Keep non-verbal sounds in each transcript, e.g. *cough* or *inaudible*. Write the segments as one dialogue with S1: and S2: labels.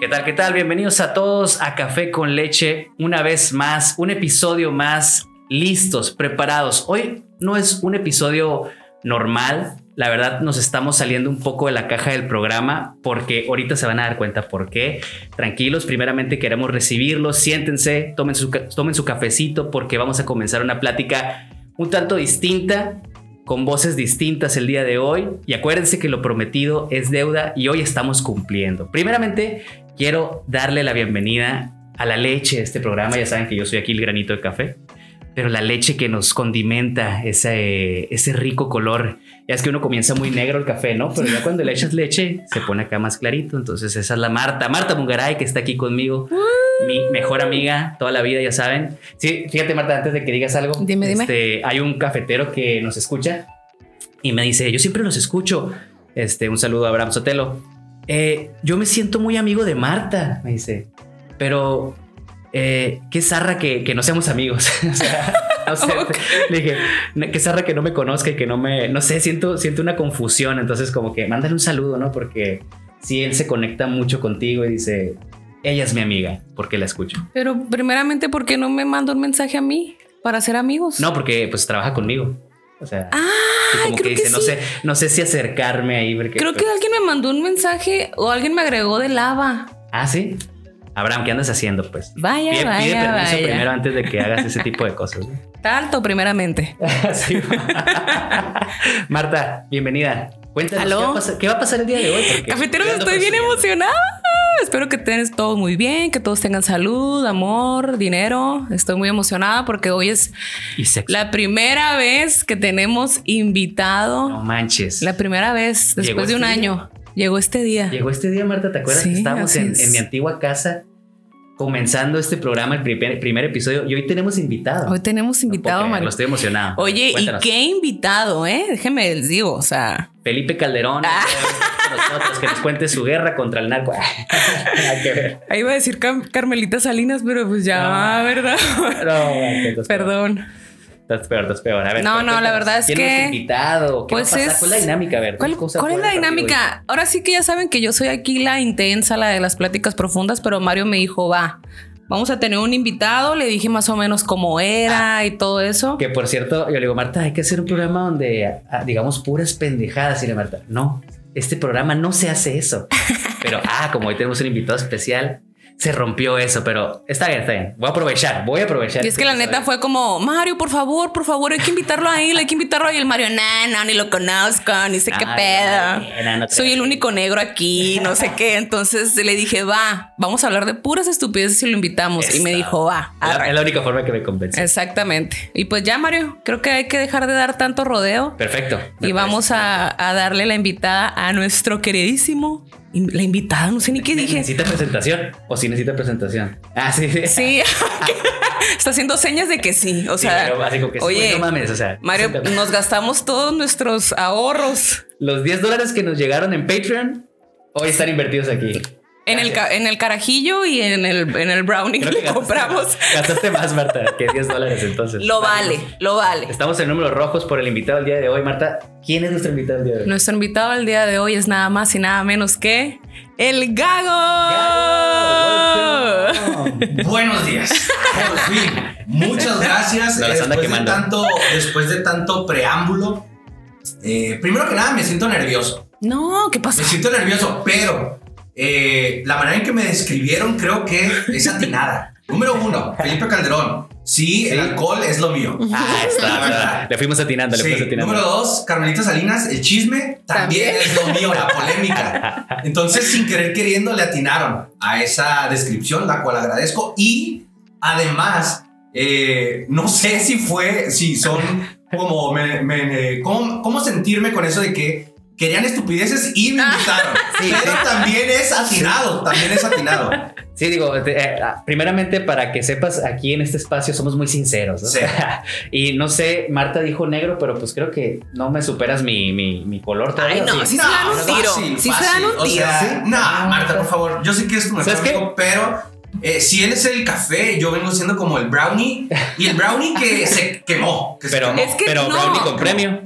S1: ¿Qué tal? ¿Qué tal? Bienvenidos a todos a Café con Leche. Una vez más, un episodio más listos, preparados. Hoy no es un episodio normal. La verdad nos estamos saliendo un poco de la caja del programa porque ahorita se van a dar cuenta por qué. Tranquilos, primeramente queremos recibirlos. Siéntense, tomen su, ca- tomen su cafecito porque vamos a comenzar una plática un tanto distinta, con voces distintas el día de hoy. Y acuérdense que lo prometido es deuda y hoy estamos cumpliendo. Primeramente, quiero darle la bienvenida a la leche de este programa. Ya saben que yo soy aquí el granito de café, pero la leche que nos condimenta ese, ese rico color. Ya es que uno comienza muy negro el café, ¿no? Pero ya cuando le echas leche, se pone acá más clarito. Entonces, esa es la Marta, Marta Mungaray, que está aquí conmigo. Mi mejor amiga toda la vida, ya saben. Sí, fíjate, Marta, antes de que digas algo.
S2: Dime, dime.
S1: este, hay un cafetero que nos escucha y me dice, yo siempre los escucho. Este, un saludo a Abraham Sotelo. Eh, yo me siento muy amigo de Marta, me dice. Pero eh, qué zarra que, que no seamos amigos. *laughs* o sea,
S2: *laughs*
S1: o sea,
S2: Ok.
S1: le dije, "No, qué zarra que no me conozca y que no me, no sé, siento, siento una confusión. Entonces, como que mándale un saludo, ¿no? Porque si él se conecta mucho contigo y dice, ella es mi amiga, porque la escucho.
S2: Pero primeramente, ¿por qué no me manda un mensaje a mí para ser amigos?
S1: No, porque pues trabaja conmigo. O sea,
S2: Ah,
S1: y como que
S2: creo que,
S1: dice, no
S2: sí.
S1: sé, no sé si acercarme ahí. Porque, pues,
S2: Creo que alguien me mandó un mensaje o alguien me agregó de lava.
S1: Ah, sí. Abraham, ¿qué andas haciendo? Pues
S2: Vaya,
S1: pide,
S2: vaya,
S1: pide permiso
S2: vaya.
S1: primero antes de que hagas ese tipo de cosas. ¿no?
S2: Tanto, primeramente.
S1: Sí. Marta, bienvenida. Cuéntanos
S2: ¿Aló?
S1: ¿qué va, a pasar, qué va a pasar el día de hoy.
S2: *laughs*
S1: Porque
S2: Cafeteros,
S1: yo ando
S2: estoy bien
S1: presumiendo.
S2: emocionada. Espero que tengas todo muy bien, que todos tengan salud, amor, dinero. Estoy muy emocionada porque hoy es
S1: Y sexo.
S2: la primera vez que tenemos invitado.
S1: No manches.
S2: La primera vez después
S1: Llegó
S2: de un
S1: este día.
S2: año. Llegó este día.
S1: Llegó este día, Marta, ¿te acuerdas?
S2: Sí,
S1: que estábamos
S2: así
S1: en,
S2: es.
S1: en mi antigua casa comenzando este programa, el primer, primer episodio, y hoy tenemos invitado.
S2: Hoy tenemos
S1: No puedo
S2: invitado,
S1: creerlo,
S2: Mario.
S1: Estoy emocionado.
S2: Oye,
S1: Cuéntanos.
S2: ¿y qué invitado, eh? Déjenme les digo, o sea,
S1: Felipe Calderón, con nosotros, que nos cuente su guerra contra el narco. Hay que ver.
S2: ahí iba a decir Cam- Carmelita Salinas, pero pues ya,
S1: No.
S2: ¿verdad?
S1: No, estás peor.
S2: Perdón.
S1: Estás peor, estás peor. A ver,
S2: No, no, la
S1: cuéntanos.
S2: verdad es
S1: ¿Quién
S2: que-
S1: es invitado? ¿Qué va a
S2: pues
S1: pasar?
S2: es-
S1: ¿Cuál es la dinámica? A ver,
S2: ¿Cuál,
S1: ¿cómo se
S2: cuál es
S1: juega
S2: la
S1: el partido hoy?
S2: dinámica? Ahora sí que ya saben que yo soy aquí la intensa, la de las pláticas profundas, pero Mario me dijo, va, vamos a tener un invitado, le dije más o menos cómo era y todo eso.
S1: Que por cierto, yo le digo, Marta, hay que hacer un programa donde ah, ah, digamos puras pendejadas. Y le Marta, no, este programa no se hace
S2: *laughs*
S1: eso. Pero, ah, como hoy tenemos un invitado especial, se rompió eso, pero está bien, está bien. Voy a aprovechar, voy a aprovechar.
S2: Y es
S1: este
S2: que la
S1: episodio.
S2: neta fue como, Mario, por favor, por favor, hay que invitarlo a él, hay que invitarlo a él. El Mario, no, no, ni lo conozco, ni sé
S1: No,
S2: qué
S1: no,
S2: pedo.
S1: no, no, no te
S2: Soy el
S1: creas.
S2: único negro aquí, no sé qué. Entonces le dije, va, vamos a hablar de puras estupideces si lo invitamos. Y me
S1: Esta-
S2: dijo, va,
S1: Es la-
S2: arre".
S1: Es la única forma que me convence.
S2: Exactamente. Y pues ya, Mario, creo que hay que dejar de dar tanto rodeo.
S1: Perfecto.
S2: Y vamos a, a darle la invitada a nuestro queridísimo. in- La invitada, no sé ni qué dije.
S1: ¿Necesita presentación? ¿O si necesita presentación? Ah, sí.
S2: Sí, *laughs* está haciendo señas de que sí. O
S1: Sí,
S2: sea,
S1: pero así como que sí,
S2: oye,
S1: güey, no mames, o sea,
S2: Mario,
S1: preséntame.
S2: nos gastamos todos nuestros ahorros
S1: los 10 dólares que nos llegaron en Patreon hoy están invertidos
S2: *laughs*
S1: aquí.
S2: en el,
S1: Gracias.
S2: ca- en el carajillo y en el, en el brownie que,
S1: Creo que
S2: le
S1: gastaste-
S2: compramos.
S1: Gastaste más, Marta, que 10 dólares entonces.
S2: Lo vale, lo vale.
S1: Estamos en números rojos por el invitado el día de hoy, Marta. ¿Quién es nuestro invitado el día de hoy?
S2: Nuestro invitado al día de hoy es nada más y nada menos que el *laughs*
S1: Gago,
S2: Gago.
S3: Buenos días. Por fin. Muchas gracias.
S1: No, las anda
S3: después, de
S1: quemando.
S3: tanto, después de tanto preámbulo, eh, primero que nada me siento nervioso.
S2: No, ¿qué pasó?
S3: Me siento nervioso, pero eh, la manera en que me describieron creo que es atinada. Número uno, Felipe Calderón. Sí, el alcohol es lo mío.
S1: Ah, está,
S3: La
S1: está.
S3: verdad.
S1: Le fuimos atinando, le
S3: Sí.
S1: fuimos atinando.
S3: Número dos, Carmelita Salinas, el chisme también,
S2: También.
S3: es lo mío, la polémica. Entonces, sin querer queriendo, le atinaron a esa descripción, la cual agradezco. Y además, eh, no sé si fue, si son como, me- me- cómo, cómo sentirme con eso de que querían estupideces y me invitaron.
S1: sí,
S3: Pero
S1: sí.
S3: también es atinado, también es atinado.
S1: Sí, digo, te- eh, ah, primeramente para que sepas, aquí en este espacio somos muy sinceros. ¿no?
S3: Sí.
S1: *laughs* y no sé, Marta dijo negro, pero pues creo que no me superas mi, mi, mi color todavía.
S2: Ay, no,
S1: ¿sí?
S2: sí se dan un
S3: fácil,
S2: tiro. Sí se dan
S3: fácil.
S2: un
S3: O
S2: tiro.
S3: sea,
S1: ¿Sí?
S3: nah, Marta, por favor. Yo sé que es tu mejor
S1: ¿Sabes qué?
S3: amigo, pero eh, si él es el café, yo vengo siendo como el brownie. Y el brownie que se quemó. que se
S1: Pero,
S3: quemó.
S2: Es que
S1: pero
S2: no.
S1: Brownie con premio.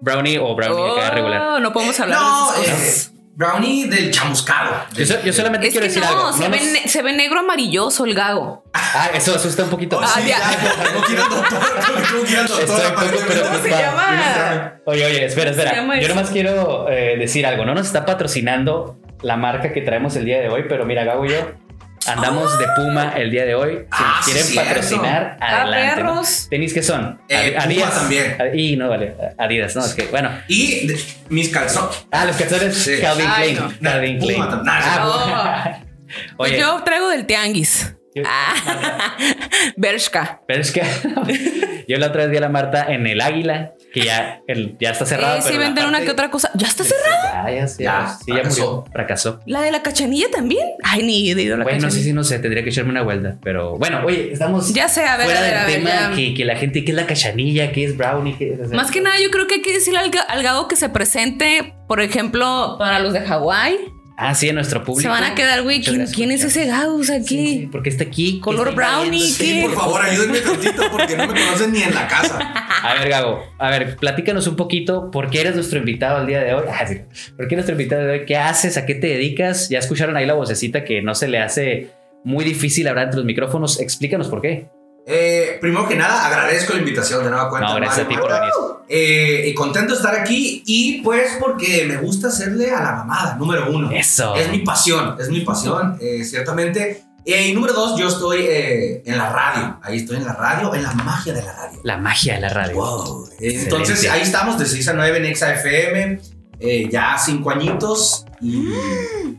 S1: Brownie o Brownie acá regular.
S2: Oh, no podemos hablar
S3: No,
S2: de esas
S3: eh,
S2: cosas.
S3: brownie del chamuscado.
S1: Yo, so- yo solamente
S2: Oh. Es
S1: quiero
S2: que
S1: decir
S2: no,
S1: algo.
S2: se,
S1: nos-
S2: ve, ne- se ve negro amarilloso el gago.
S1: Ah, eso asusta un poquito.
S3: Oh, sí,
S2: Ah, ya.
S3: ya, como que ir al doctor, *laughs* como que ir al doctor,
S1: Estoy un poco
S3: aparentemente.
S1: preocupado.
S2: se llama?
S1: Oye, oye, espera,
S2: Se
S1: espera.
S2: llama
S1: Yo
S2: eso.
S1: nomás quiero eh, decir algo. No nos está patrocinando la marca que traemos el día de hoy, pero mira, Gabo y yo andamos de Puma el día de hoy. Si
S3: Ah,
S1: nos
S3: sí,
S1: quieren
S3: cierto.
S1: patrocinar,
S2: Oh. Ah,
S1: adelante. ¿no?
S2: perros.
S1: Tenis que son.
S3: Eh,
S1: Ad- Adidas.
S3: Puma también.
S1: Ad- Y no vale, Adidas, no, es que bueno.
S3: Y de- mis calzones.
S1: Ah, los calzones
S3: Sí.
S1: Calvin
S2: Ay,
S1: Klein.
S3: no.
S1: Calvin
S3: Puma
S1: Klein.
S3: también.
S1: Ah, *laughs*
S2: Pues
S1: Oye,
S2: yo traigo del tianguis.
S1: Yo-
S2: Ah, Bershka.
S1: *laughs* pero es que *laughs* yo la otra vez vi a la Marta en el Águila, que ya, el- ya está cerrado.
S2: Eh, sí,
S1: pero la
S2: venden una
S1: parte- este
S2: que otra cosa. ¿Ya está cerrado?
S1: Ya, ya, sí,
S3: Ya,
S1: sí, ya
S3: fracasó.
S1: murió. Fracasó.
S2: ¿La de la cachanilla también? Ay, ni he ido a la
S1: Bueno, no sé
S2: cachanilla.
S1: si no sé, tendría que echarme una vuelta, pero bueno, oye, estamos
S2: Ya sé, a ver,
S1: fuera
S2: a ver,
S1: del
S2: a ver,
S1: tema
S2: ya.
S1: que, que la gente, que es la cachanilla, que es brownie, que es... o sea,
S2: Más que nada, yo creo que hay que decirle al, ga- al gago que se presente, por ejemplo, para los de Hawái.
S1: Ah, sí, a nuestro público.
S2: Se van a quedar, güey.
S1: Muchas
S2: ¿Quién,
S1: gracias,
S2: quién es
S1: muchas
S2: ese gago? O sea,
S1: gracias. Sí, sí,
S2: ¿qué?
S1: porque está aquí.
S2: Color
S1: está
S2: brownie,
S1: invadiendo,
S2: ¿qué?
S1: sí,
S3: Por favor, ayúdenme tantito porque no me conocen ni en la casa.
S1: A ver, Gabo, a ver, platícanos un poquito por qué eres nuestro invitado el día de hoy. *laughs* Ah, sí. ¿Por qué nuestro invitado de hoy? ¿Qué haces? ¿A qué te dedicas? Ya escucharon ahí la vocecita que no se le hace muy difícil hablar entre los micrófonos. Explícanos por qué.
S3: Eh, primero que nada, agradezco la invitación de nueva cuenta.
S1: No, gracias a ti
S3: Mario
S1: por
S3: Marta.
S1: venir.
S3: Eh, y contento de estar aquí y pues porque me gusta hacerle a la mamada, número uno.
S1: Eso.
S3: Es mi pasión, es mi pasión, eh, ciertamente. Eh, y número dos, yo estoy eh, en la radio. Ahí estoy en la radio, en la magia de la radio.
S1: La magia de la radio.
S3: Wow. Eh, Entonces
S1: Excelente.
S3: ahí estamos de 6 a 9 en Exa FM, eh, ya cinco añitos y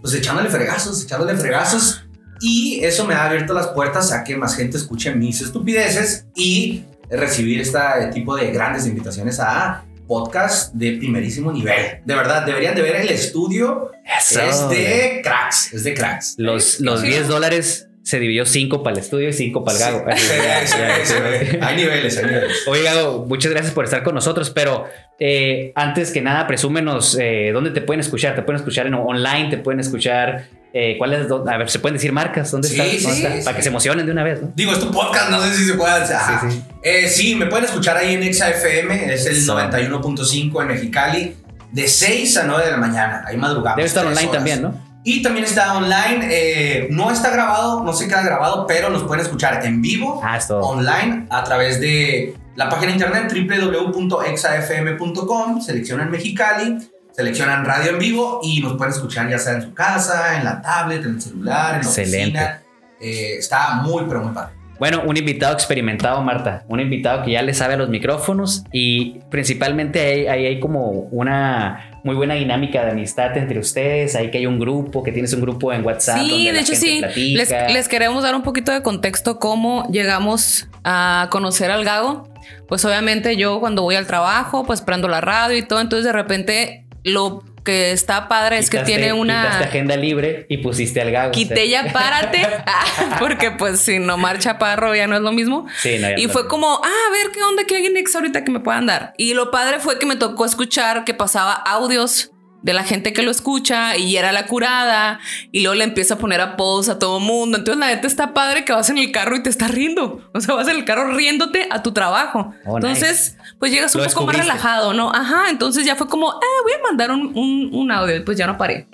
S3: pues echándole fregazos, echándole fregazos. Y eso me ha abierto las puertas a que más gente escuche mis estupideces y recibir este tipo de grandes invitaciones a podcast de primerísimo nivel. De verdad, deberían de ver el estudio.
S1: Eso.
S3: Es de cracks, es de cracks.
S1: Los, los
S2: Sí.
S1: 10 dólares se dividió 5 para el estudio y 5 para el Gago. *laughs*
S3: Sí, se ve, se ve, se ve. Hay niveles, hay niveles.
S1: Oye, Gago, muchas gracias por estar con nosotros, pero eh, antes que nada, presúmenos eh, dónde te pueden escuchar. Te pueden escuchar en online, te pueden escuchar. Eh, ¿Cuáles? do- A ver, se pueden decir marcas. ¿Dónde
S3: Sí,
S1: están?
S3: sí,
S1: ¿Dónde están?
S3: sí.
S1: Para que se emocionen de una vez, ¿no?
S3: Digo, es tu podcast, no sé si se puede.
S2: Ah,
S1: Sí,
S3: Sí,
S1: sí.
S3: Eh, sí, me pueden escuchar ahí en Exa FM, es el
S1: Eso.
S3: 91.5 en Mexicali, de 6 a 9 de la mañana, ahí madrugamos.
S1: Debe estar
S3: tres
S1: online
S3: horas.
S1: también, ¿no?
S3: Y también está online, eh, no está grabado, no se queda grabado, pero nos pueden escuchar en vivo,
S1: Ah, es todo.
S3: online, a través de la página de internet www.exafm.com, seleccionan Mexicali, seleccionan radio en vivo y nos pueden escuchar ya sea en su casa, en la tablet, en el celular, en la
S1: Excelente.
S3: oficina. Eh, está muy, pero muy padre.
S1: Bueno, un invitado experimentado, Marta. Un invitado que ya le sabe a los micrófonos y principalmente ahí, ahí hay como una muy buena dinámica de amistad entre ustedes. Ahí que hay un grupo, que tienes un grupo en WhatsApp.
S2: Sí,
S1: donde
S2: de
S1: la
S2: hecho
S1: gente
S2: sí.
S1: platica.
S2: Les, les queremos dar un poquito de contexto cómo llegamos a conocer al Gago. Pues obviamente yo cuando voy al trabajo, pues prendo la radio y todo, entonces de repente lo que está padre es que
S1: Quitaste-
S2: tiene
S1: Quitaste
S2: una...
S1: agenda libre y pusiste al gago.
S2: Quité ya, párate,
S1: *laughs*
S2: *laughs* porque pues si no marcha parro ya no es lo mismo.
S1: Sí, no, ya
S2: Y
S1: no.
S2: fue como, ah, a ver qué onda, que alguien ex ahorita que me puedan dar. Y lo padre fue que me tocó escuchar que pasaba audios de la gente que lo escucha y era la curada y luego le empieza a poner apodos a todo mundo. Entonces la neta está padre que vas en el carro y te estás riendo. O sea, vas en el carro riéndote a tu trabajo.
S1: Oh, nice.
S2: Entonces, pues llegas un
S1: Lo
S2: poco más
S1: descubriste.
S2: relajado, ¿no? Ajá, entonces ya fue como, ah, voy a mandar un, un- un audio y pues ya no paré.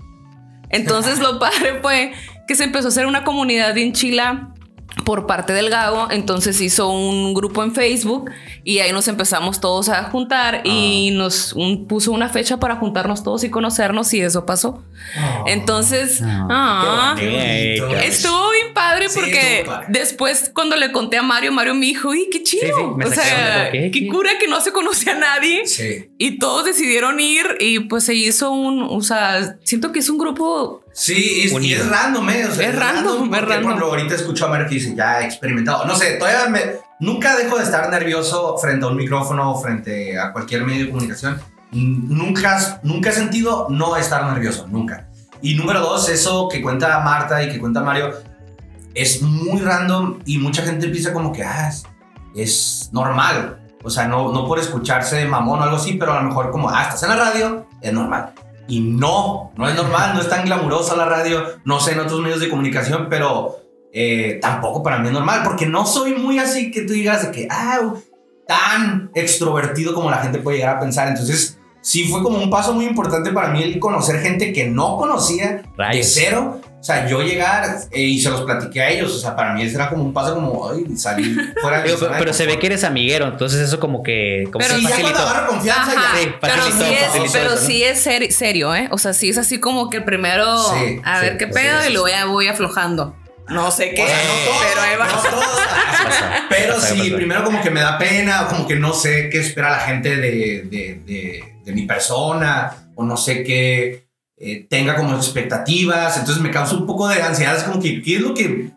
S2: Entonces lo padre fue que se empezó a hacer una comunidad en Chila por parte del Gago, entonces hizo un grupo en Facebook y ahí nos empezamos todos a juntar y nos un- puso una fecha para juntarnos todos y conocernos y eso pasó. Entonces, ah,
S3: Qué bonito.
S1: Ey, qué-
S3: Es-
S2: estuvo bien padre
S3: Sí,
S2: porque
S3: estuvo padre.
S2: después cuando le conté a Mario, Mario me dijo, ¡y qué chido!
S1: Sí, sí, me
S2: o
S1: saqué de onda,
S2: sea,
S1: como que,
S2: qué
S1: ¿qué?
S2: cura que no se conocía a nadie.
S3: Sí.
S2: Y todos decidieron ir y pues se hizo un, o sea, siento que es un grupo,
S3: Sí, es, y
S1: Unido.
S3: es random, ¿eh? O sea,
S2: Es random, es
S3: porque, por
S2: random.
S3: ejemplo, ahorita escucho a Mark y dice, ya he experimentado. No sé, todavía me- nunca dejo de estar nervioso frente a un micrófono o frente a cualquier medio de comunicación. N- Nunca, nunca he sentido no estar nervioso, nunca. Y número dos, eso que cuenta Marta y que cuenta Mario es muy random y mucha gente piensa como que, ah, es, es normal. O sea, no, no por escucharse mamón o algo así, pero a lo mejor como, ah, estás en la radio, es normal. Y no, no es normal, no es tan glamurosa la radio, no sé en otros medios de comunicación, pero eh, tampoco para mí es normal, porque no soy muy así que tú digas de que, ah, tan extrovertido como la gente puede llegar a pensar. Entonces, sí fue como un paso muy importante para mí el conocer gente que no conocía
S1: Rayos.
S3: de cero. O sea, yo llegar eh, y se los platiqué a ellos. O sea, para mí eso era como un paso como, ay, salí fuera de mi
S1: Digo,
S3: zona
S1: pero,
S3: de
S1: pero se ve
S3: confort.
S1: que eres amiguero, entonces eso como que, como
S2: Pero
S1: que
S3: Y ya cuando
S1: facilitó.
S3: agarro confianza,
S2: Ajá,
S3: ya.
S1: Sí,
S2: pero
S1: facilitó,
S2: sí es,
S1: facilitó
S2: pero
S1: eso, ¿no?
S2: sí es seri- serio, ¿eh? O sea, sí es así como que primero
S3: Sí,
S2: a
S1: sí,
S2: ver qué
S1: sí,
S2: pedo
S1: sí,
S2: y
S1: sí.
S2: luego ya voy aflojando. No sé qué,
S3: O sea, no todos,
S2: pero ahí va.
S3: no todos,
S1: Pasa,
S3: Pero
S1: pasa,
S3: sí,
S1: pasa.
S3: primero como que me da pena, o como que no sé qué espera la gente de, de- de- de mi persona, o no sé qué eh, tenga como expectativas, entonces me causa un poco de ansiedad, es como que, ¿qué es lo que...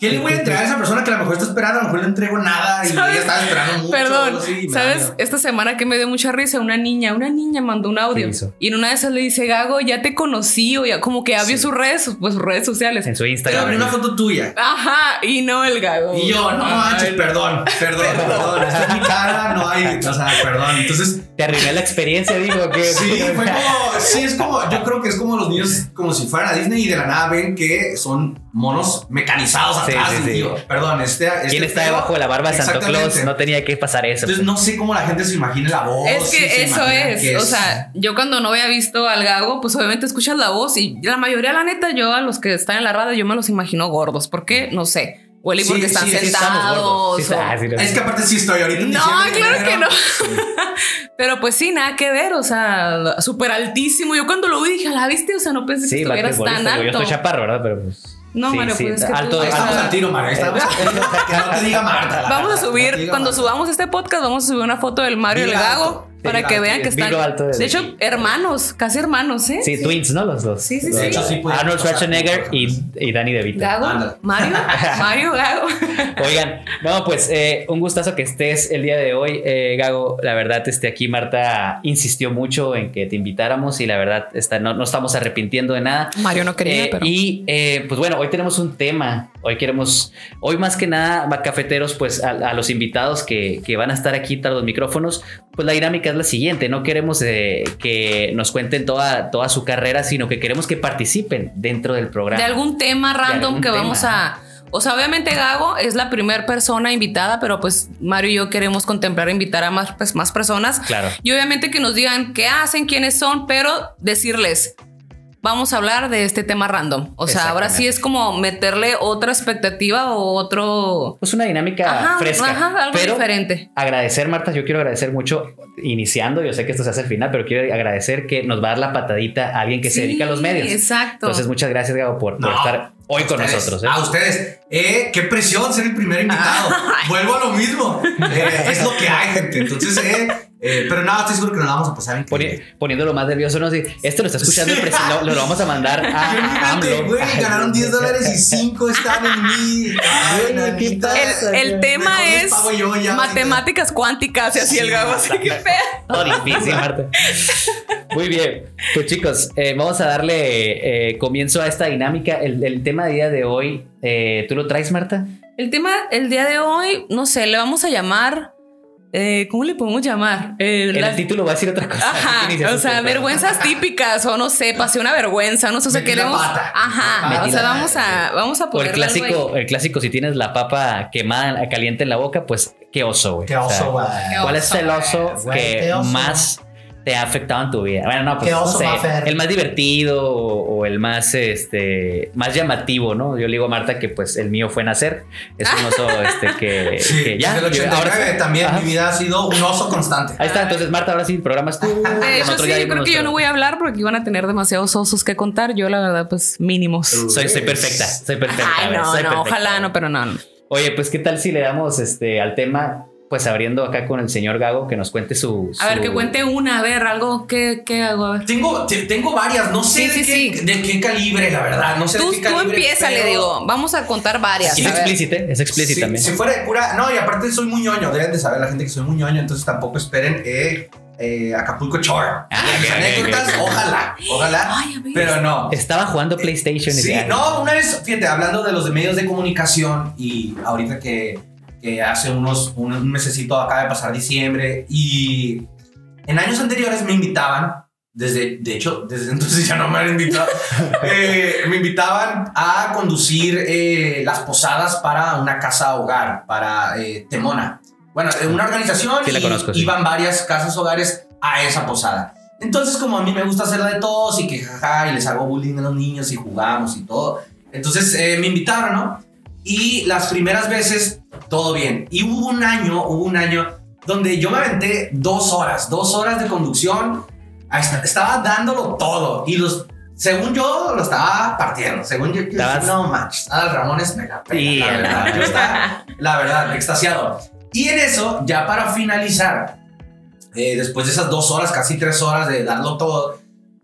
S3: ¿Qué le voy a entregar a esa persona que a lo mejor está esperando? A lo mejor le entrego nada y
S2: ¿Sabes?
S3: ella estaba esperando mucho.
S2: Perdón,
S3: algo así, y me da
S2: ¿sabes?
S3: miedo.
S2: Esta semana que me dio mucha risa, una niña, una niña mandó un audio
S1: ¿Qué hizo?
S2: y en una de esas le dice, Gago, ya te conocí o ya como que abrió
S3: Sí.
S2: sus redes, pues sus redes sociales.
S1: En su
S3: Pero
S1: Instagram.
S3: abrí una foto tuya.
S2: Ajá, y no el Gago.
S3: Y yo, no
S2: Ay,
S3: manches,
S2: no.
S3: perdón,
S2: *laughs*
S3: perdón, perdón. Está en mi cara, no hay, o sea, perdón. Entonces,
S1: Te arruiné la experiencia, digo que. *laughs*
S3: Sí, fue como, sí, es como, yo creo que es como los niños, como si fueran a Disney y de la nada ven que son monos mecanizados
S1: Sí,
S3: atrás.
S1: sí,
S3: y
S1: sí.
S3: digo, perdón, este. este
S1: ¿Quién está
S3: pedo-
S1: debajo de la barba de Santa Claus?
S3: Exactamente.
S1: No tenía que pasar eso. pues.
S3: Entonces no sé cómo la gente se imagina la voz.
S2: Es
S3: si se
S2: que eso
S3: Oh, imagina
S2: es,
S3: que
S2: o sea, yo cuando no había visto al gago, pues obviamente escuchas la voz y la mayoría, la neta, yo a los que están en la radio, yo me los imagino gordos, ¿por qué? No sé, huele
S3: Sí,
S2: porque están
S3: sí, sí,
S1: estamos gordos.
S2: sentados.
S1: Sí,
S2: o-
S1: está- ah, sí, no.
S3: Es que aparte sí estoy ahorita. en
S2: No,
S3: diciembre, en
S2: claro
S3: enero.
S2: que no.
S3: Sí.
S2: *laughs* Pero pues sí, nada que ver, o sea, súper altísimo. Yo cuando lo vi dije, ¿la viste? O sea, no pensé que
S1: sí,
S2: estuvieras
S1: basquetbolista,
S2: tan
S1: digo, Yo
S2: alto.
S1: estoy chaparro, ¿verdad? Pero pues.
S2: No,
S1: sí,
S2: Mario,
S1: sí,
S2: pues, es que tú-
S1: alto,
S3: Ahí Ah, estamos al
S1: alto.
S3: tiro, Mario. Ahí estamos
S1: *laughs*
S3: al tiro. Que no te diga
S2: Vamos
S3: Marta. la
S2: a
S3: verdad, que no te
S2: subir,
S3: diga
S2: cuando
S3: Marta.
S2: subamos este podcast, vamos a subir una foto del Mario y el
S3: Vilo alto,
S2: gago para
S3: vilo
S2: que
S3: alto,
S2: vean que
S1: vilo
S2: están.
S1: alto de-
S2: De hecho, hermanos, casi hermanos, ¿eh?
S1: Sí, twins, ¿no? Los dos.
S2: Sí, sí,
S1: Los
S2: sí.
S1: dos.
S3: Sí, pues,
S1: Arnold
S3: o sea,
S1: Schwarzenegger
S3: como-
S1: y, y Danny DeVito.
S2: Gago,
S3: Ándale.
S1: *laughs*
S2: Mario, Mario, Gago.
S1: Oigan, no, pues eh, un gustazo que estés el día de hoy, eh, Gago. La verdad, este, aquí Marta insistió mucho en que te invitáramos y la verdad está, no, no estamos arrepintiendo de nada.
S2: Mario no quería,
S1: Eh,
S2: pero.
S1: Y eh, pues bueno, hoy tenemos un tema. Hoy queremos, hoy más que nada, va- cafeteros, pues a, a los invitados que, que van a estar aquí tras los micrófonos, pues la dinámica es la siguiente. No queremos eh, que nos cuenten toda, toda su carrera, sino que queremos que participen dentro del programa.
S2: de algún tema random
S1: algún
S2: que
S1: tema,
S2: vamos a. O sea, obviamente Gago es la primera persona invitada, pero pues Mario y yo queremos contemplar invitar a más, pues, más personas.
S1: Claro.
S2: Y obviamente que nos digan qué hacen, quiénes son, pero decirles, vamos a hablar de este tema random. O sea, ahora sí es como meterle otra expectativa o otro...
S1: Pues una dinámica
S2: Ajá,
S1: fresca.
S2: ajá, algo
S1: pero
S2: diferente.
S1: Agradecer, Marta, yo quiero agradecer mucho, iniciando, yo sé que esto se hace al final, pero quiero agradecer que nos va a dar la patadita a alguien que se
S2: Sí,
S1: dedica a los medios.
S2: Exacto.
S1: Entonces, muchas gracias, Gabo, por, por
S3: No,
S1: estar hoy con
S3: ustedes,
S1: nosotros. ¿eh?
S3: A ustedes. Eh, qué presión ser el
S2: *laughs*
S3: primer invitado. Vuelvo a lo mismo. Eh, es lo que hay, gente. Entonces, eh, eh, pero nada, estoy seguro que nos la vamos a pasar
S1: Poni-
S3: increíble.
S1: poniéndolo más nervioso, no sé, este lo está escuchando el presidente, lo, lo vamos a mandar a,
S2: *laughs*
S1: a
S3: Imagínate,
S1: Ah, AMLO.
S3: güey, ganaron 10 dólares y 5 están en mí. Ay,
S1: Güey, ¿qué
S3: nanita.
S1: pasa?
S2: el, el tema
S3: Mejor les
S2: es
S3: pago yo ya,
S2: matemáticas cuánticas y así el Gago. Así que fea.
S1: Todo difícil, Marta. Muy bien, pues chicos, eh, vamos a darle eh, comienzo a esta dinámica. El, el tema de día de hoy, eh, ¿tú lo traes, Marta?
S2: El tema, el día de hoy, no sé, le vamos a llamar. eh, ¿Cómo le podemos llamar? Eh,
S1: En
S2: las-
S1: el título va a decir otra cosa.
S2: Ajá,
S1: Así que ni se
S2: o sea,
S1: asusten.
S2: vergüenzas típicas, o no sé, pasé una vergüenza, no sé, o sea,
S3: Metí la
S2: queremos.
S3: pata.
S2: Ajá,
S3: Metí
S2: o sea,
S3: la
S2: vamos
S3: pata.
S2: a, vamos a
S1: O el
S2: poner.
S1: clásico, el clásico, si tienes la papa quemada, caliente en la boca, pues qué oso, güey.
S3: Qué
S1: O sea,
S3: oso, güey.
S1: ¿Cuál es el oso
S3: güey,
S1: que
S3: qué oso.
S1: más te ha afectado en tu vida? Bueno, no, pues
S3: ¿Qué
S1: no
S3: oso,
S1: sé,
S3: Mafer?
S1: el más divertido o, o el más este más llamativo, ¿no? Yo le digo a Marta que pues el mío fue nacer. Es un
S2: *laughs*
S1: oso este que,
S3: Sí,
S1: que ya.
S3: desde el
S1: yo-
S3: 89
S1: sí.
S3: también
S1: Ajá.
S3: mi vida ha sido un oso constante.
S1: Ahí está, entonces Marta, ahora sí, programas
S2: *laughs*
S1: tú.
S2: De hecho,
S1: Nosotros
S2: sí,
S1: ya
S2: yo
S1: dimos
S2: creo que yo
S1: nuestro-
S2: no voy a hablar porque iban a tener demasiados osos que contar. Yo, la verdad, pues mínimos.
S1: Soy, soy perfecta, soy perfecta. a
S2: Ay,
S1: ver,
S2: no, no,
S1: soy perfecta.
S2: ojalá no, pero no. no.
S1: Oye, pues qué tal si le damos este al tema, pues abriendo acá con el señor Gago que nos cuente su.
S2: A ver,
S1: su-
S2: que cuente una, a ver, algo que, que hago, a ver.
S3: Tengo, te- tengo varias, no sé
S2: Sí,
S3: de,
S2: sí,
S3: qué, de qué calibre, la verdad. No sé
S2: Tú,
S3: de qué
S2: tú
S3: calibre,
S2: empieza, le
S3: pero-
S2: digo. Vamos a contar varias.
S1: Es
S2: a ver.
S1: explícita, es explícita
S3: si,
S1: también.
S3: si fuera de cura, no, y aparte soy muy ñoño, deben de saber la gente que soy muy ñoño, entonces tampoco esperen eh, eh, Acapulco Chor.
S1: Ah,
S3: Mis
S1: ok, ok,
S3: anécdotas,
S1: ok.
S3: ojalá, ojalá,
S2: Ay, a ver.
S3: pero no.
S1: Estaba jugando PlayStation. y
S3: Sí,
S1: ya.
S3: no, una vez, fíjate, hablando de los de medios de comunicación y ahorita que, que hace unos, un, un mesecito acaba de pasar diciembre y en años anteriores me invitaban, desde, de hecho, desde *laughs* entonces ya no me han invitado, eh, me invitaban a conducir eh, las posadas para una casa hogar, para eh, Temona. Bueno, eh, una organización
S1: Sí, la
S3: y
S1: conozco, sí.
S3: iban varias casas hogares a esa posada. Entonces, como a mí me gusta hacer la de todos y que jaja, y les hago bullying a los niños y jugamos y todo. Entonces eh, me invitaron, ¿no? Y las primeras veces, todo bien. Y hubo un año, hubo un año donde yo me aventé dos horas, dos horas de conducción. Ahí está, Estaba dándolo todo y los, según yo, lo estaba partiendo. Según yo, yo
S1: Estabas-
S3: dije, no manches, Adal Ramones me la pela,
S1: Sí.
S3: la verdad. Yo estaba, la verdad, extasiado. Y en eso, ya para finalizar, eh, después de esas dos horas, casi tres horas de darlo todo,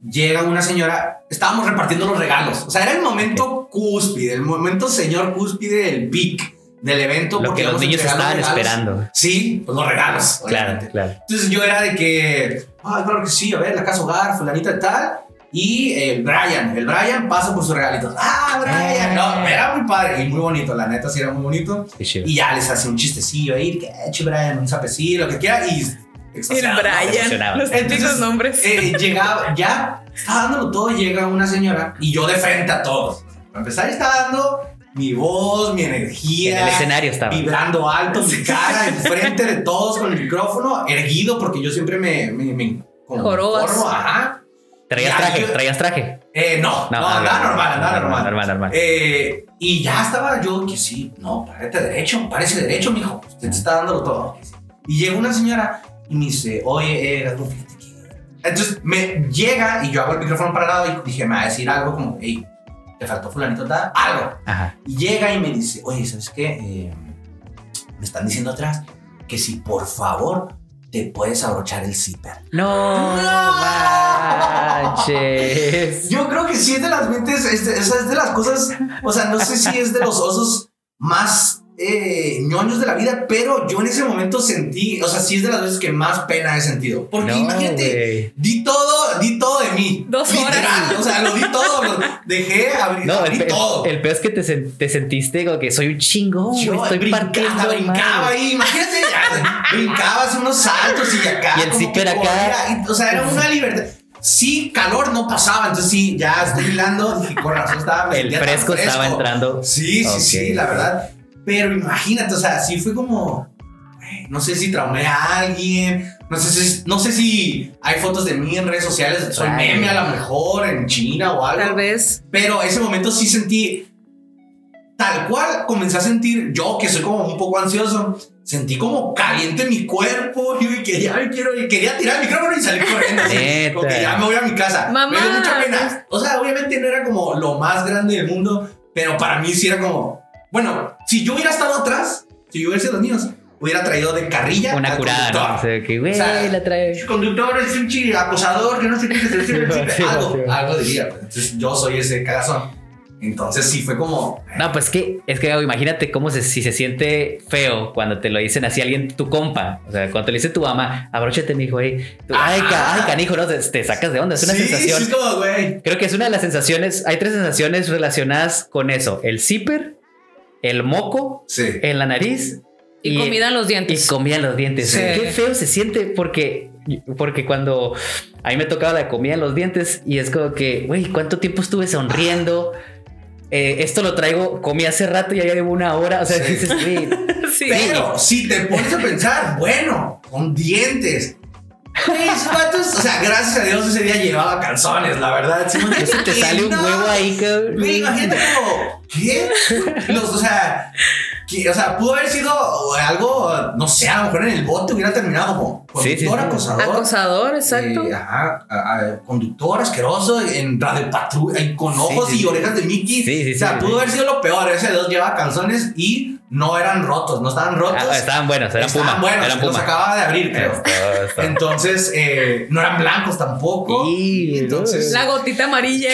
S3: llega una señora, estábamos repartiendo los regalos. O sea, era el momento cúspide, el momento señor cúspide del pic del evento.
S1: Lo
S3: porque
S1: que los
S3: íbamos a
S1: niños
S3: entregar los
S1: estaban
S3: regalos.
S1: esperando.
S3: Sí, pues los regalos. obviamente.
S1: Claro, claro.
S3: Entonces yo era de que, ah, claro que sí, a ver, la casa hogar, fulanita de tal. Y el Brian, el Brian pasa por sus regalitos. Ah, Brian, no,
S1: Eh.
S3: era muy padre y muy bonito, la neta sí era muy bonito.
S1: Qué chido.
S3: Y ya les hace un chistecillo ahí, que eche Brian, un sapecillo, lo que quiera. Y
S2: El
S3: extasiado, ¿no?
S1: emocionaba.
S2: Brian. Los típicos
S3: Entonces,
S2: nombres.
S3: Eh, llegaba, ya estaba dándolo todo, llega una señora y yo de frente a todos. Para empezar, estaba dando mi voz, mi
S1: En
S3: energía
S1: el escenario estaba.
S3: vibrando alto, mi cara enfrente de todos con el micrófono erguido, porque yo siempre me. me, me como
S2: Jorobas.
S3: corro, ajá.
S1: Traías
S3: Ya,
S1: traje,
S3: yo-
S1: traías traje.
S3: Eh, no, no,
S1: ah,
S3: andaba normal, andaba normal.
S1: Normal, normal.
S3: Eh, y ya estaba yo que sí, no, párate derecho, párese derecho, mijo. Usted te está dándolo todo. que sí. Y llega una señora y me dice, oye, eh, Gabo, fíjate que. Entonces me llega y yo hago el micrófono para el lado y dije, me va a decir algo como, hey, te faltó fulanito, tal, algo.
S1: Ajá.
S3: Y llega y me dice, oye, ¿sabes qué? Eh, me están diciendo atrás que si por favor te puedes abrochar el zipper.
S1: No,
S3: No.
S1: manches.
S3: Yo creo que sí es de las mentes, es de, esa es de las cosas, o sea, no sé si es de los osos más eh, ñoños de la vida, pero yo en ese momento sentí, o sea, sí es de las veces que más pena he sentido. Porque
S1: No,
S3: imagínate,
S1: güey.
S3: di todo, di todo de mí.
S2: Dos horas.
S3: Literal, O sea, lo di todo, lo dejé, abrí,
S1: No, el,
S3: abrí
S1: pe-
S3: todo.
S1: el peor es que te, sen- te sentiste como que soy un chingón, güey,
S3: Yo
S1: estoy
S3: brincaba,
S1: partiendo.
S3: brincaba
S1: madre.
S3: ahí, imagínate, ya, brincabas unos saltos y acá.
S1: Y el
S3: como
S1: zipper
S3: que
S1: acá.
S3: corría, y, o sea, era una libertad. Sí, calor no pasaba, entonces sí, ya estoy hilando, dije, con razón estaba. me
S1: *laughs* El
S3: sentía tan
S1: fresco estaba
S3: fresco.
S1: entrando.
S3: Sí, sí, sí,
S1: Ok.
S3: la verdad. Pero imagínate, o sea, sí fue como. güey, No sé si traumé a alguien. No sé si, no sé si hay fotos de mí en redes sociales. Soy
S1: Ay.
S3: meme a lo mejor en China o algo.
S2: Tal vez.
S3: Pero ese momento sí sentí. Tal cual comencé a sentir, yo que soy como un poco ansioso, sentí como caliente mi cuerpo *laughs* y que ya me quiero, y quería tirar el micrófono y salir corriendo. así,
S1: Neta.
S3: como que ya me voy a mi casa.
S2: Mamá.
S3: Me dio mucha pena. O sea, obviamente no era como lo más grande del mundo, pero para mí sí era como. Bueno, si yo hubiera estado atrás, si yo hubiera sido los niños, hubiera traído de carrilla.
S1: Una
S3: al
S1: curada, ¿no?
S3: conductor.
S1: O sea, que, güey,
S3: O sea,
S1: la trae.
S3: El conductor es un chi acosador, que no sé qué, que se le sirve el
S1: Sí,
S3: chile.
S1: sí,
S3: algo,
S1: sí.
S3: algo diría. pues. Entonces yo soy ese cagazón. Entonces sí fue como,
S1: No, pues que, es que Gabo, imagínate cómo se, si se siente feo cuando te lo dicen así alguien, tu compa. O sea, cuando te lo dice tu mamá, abróchate, mijo, ahí. Tú, ay, ca-
S3: Ajá.
S1: ay, canijo, no, te, te sacas de onda. Es una
S3: sí,
S1: sensación.
S3: sí, es como, güey.
S1: Creo que es una de las sensaciones. Hay tres sensaciones relacionadas con eso: el zipper, el moco
S3: Sí.
S1: en la nariz
S2: Y, comida en los
S1: y
S2: dientes.
S1: comida en los dientes.
S3: Sí.
S1: Qué feo se siente porque, porque cuando a mí me tocaba la comida en los dientes y es como que, güey, ¿cuánto tiempo estuve sonriendo? Eh, esto lo traigo, comí hace rato y ya llevo una hora. O sea,
S3: *laughs* Sí.
S1: dices, güey,
S2: sí.
S1: eh.
S3: Pero si te pones a pensar, bueno, con dientes. Mis patos, o sea, gracias a Dios ese día llevaba calzones, la verdad. Sí, me-
S1: eso te sale un
S3: No,
S1: huevo ahí, cabrón.
S3: Güey, imagínate como, ¿qué? Los, o sea, que- o sea, pudo haber sido algo, no sé, a lo mejor en el bote hubiera terminado como
S1: Sí, sí,
S3: conductor,
S1: sí.
S3: acosador.
S2: Acosador, exacto.
S3: Eh, ajá, a- a- conductor asqueroso en radio patrulla y con
S1: Sí,
S3: ojos
S1: sí,
S3: y
S1: sí.
S3: orejas de Mickey.
S1: Sí, sí,
S3: o sea,
S1: sí,
S3: pudo
S1: sí.
S3: haber sido lo peor. Ese dos lleva calzones y no eran rotos, no estaban rotos.
S1: Ah, estaban buenos, eran
S3: Estaban
S1: puma.
S3: buenos,
S1: eran
S3: los
S1: puma. Este,
S3: acababa de abrir, creo.
S1: Esto- esto-
S3: Entonces, eh, no eran blancos tampoco.
S1: Y-
S3: entonces,
S2: La gotita amarilla.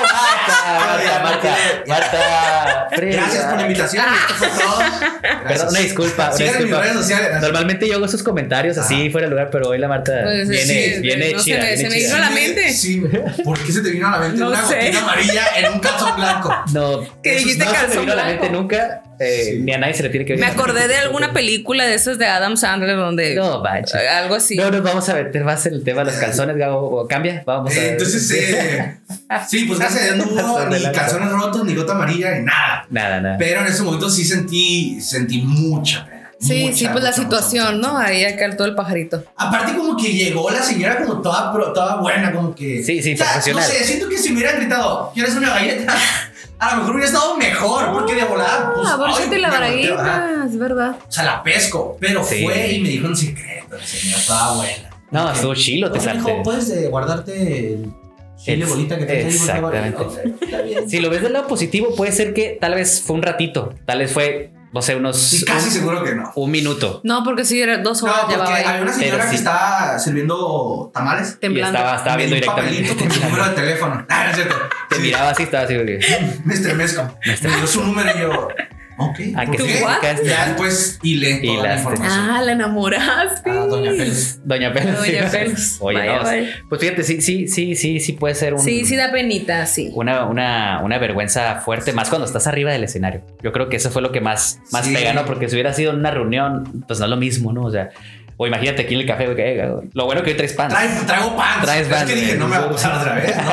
S3: *laughs*
S1: Marta, Marta, Marta, Marta.
S3: gracias por la invitación. Esto fue todo.
S1: Perdón, una disculpa, una
S3: Sigan mis
S1: disculpa.
S3: redes sociales.
S1: Normalmente yo hago esos comentarios así fuera de lugar, pero hoy la Marta
S2: Pues,
S1: viene,
S2: sí,
S1: viene
S2: no se
S1: chida.
S2: me- se
S1: viene
S2: me
S1: chida.
S2: vino la mente.
S3: Sí, ¿por qué se te vino a la mente
S2: No
S3: una
S2: sé.
S3: gotina amarilla en un calzón blanco?
S1: No,
S2: Que
S1: eso
S2: dijiste
S1: no se me
S2: calzón
S1: vino a la mente
S2: blanco.
S1: nunca, eh,
S3: Sí.
S1: ni a nadie se le tiene que venir
S2: Me
S1: a la mente.
S2: acordé de alguna Ah, película de esas de Adam Sandler donde
S1: No, manches.
S2: algo así.
S1: No nos vamos a meter más en el tema de los calzones, Gabo. Cambia, vamos a
S3: Eh, entonces, eh, sí, pues gracias
S1: *laughs*
S3: a Dios no hubo
S1: Calzón de
S3: ni
S1: lanza.
S3: calzones rotos, ni gota amarilla, ni nada.
S1: *laughs* Nada, nada.
S3: Pero en ese momento sí sentí, sentí mucha pena.
S2: Sí,
S3: Mucha,
S2: sí, pues la
S3: mucha, mucha,
S2: situación,
S3: mucha.
S2: ¿no? Ahí acá todo el pajarito.
S3: Aparte, como que llegó la señora como toda, pro- toda buena, como que.
S1: Sí, sí,
S3: O sea,
S1: profesional.
S3: No sé, siento que si me hubieran gritado, ¿quieres una galleta? A lo mejor hubiera estado mejor, porque de volada. Pues,
S2: ah,
S3: ay,
S2: abróchate la
S3: me volteo, ajá.
S2: braguita, es verdad.
S3: O sea, la pesco, pero
S1: Sí.
S3: fue y me dijo en secreto, la señora estaba buena.
S1: No,
S3: Como que,
S1: estuvo chilo, te
S3: "Oye,
S1: salte.
S3: mijo, ¿Puedes eh, guardarte el chile
S1: Pues Ex-
S3: bolita que tienes ahí? por favor?"
S1: exactamente.
S3: Ok, *laughs* está bien.
S1: Si lo ves del lado positivo, puede ser que tal vez fue un ratito, tal vez fue, no sé, unos
S3: Sí, casi
S1: un,
S3: seguro que no.
S1: un minuto.
S2: No, porque sí, era dos
S3: No,
S2: horas
S3: porque
S2: llevaba
S3: había
S2: ahí
S3: una señora
S1: Pero
S3: que
S1: sí.
S3: estaba sirviendo tamales.
S1: Y
S2: temblando.
S1: estaba, estaba
S3: Me
S1: viendo
S3: dio un
S1: directamente.
S3: papelito con su número
S1: *laughs*
S3: de teléfono. Ah, no es cierto.
S1: Te
S3: Sí,
S1: miraba así, estaba así. porque-
S3: Me estremezco. Me dio su número y yo. Ok.
S1: ¿A
S3: ¿por
S1: qué
S3: qué?
S1: se
S2: ¿What?
S1: dedicaste?
S3: Ya después hilé toda la
S1: Hilaste.
S3: información.
S2: Ah, la enamoraste.
S3: A Ah, Doña Félix.
S1: Doña Pelos.
S3: *laughs*
S1: *laughs*
S2: Doña Pelos.
S1: Oye,
S2: Vaya,
S1: no,
S2: vaya.
S1: Pues fíjate, sí, sí, sí, sí, sí puede ser un,
S2: Sí, sí da penita, sí.
S1: una, una, una vergüenza fuerte, más cuando estás arriba del escenario. Yo creo que eso fue lo que más, más
S3: Sí.
S1: pega, ¿no? Porque si hubiera sido en una reunión, pues no es lo mismo, ¿no? O sea, o imagínate aquí en el café, güey, que, eh, lo bueno que hoy traes pan.
S3: Traigo, traigo pan.
S1: Traes
S3: es
S1: pan,
S3: que dije,
S1: eh.
S3: no me va a pasar otra vez.
S1: *laughs*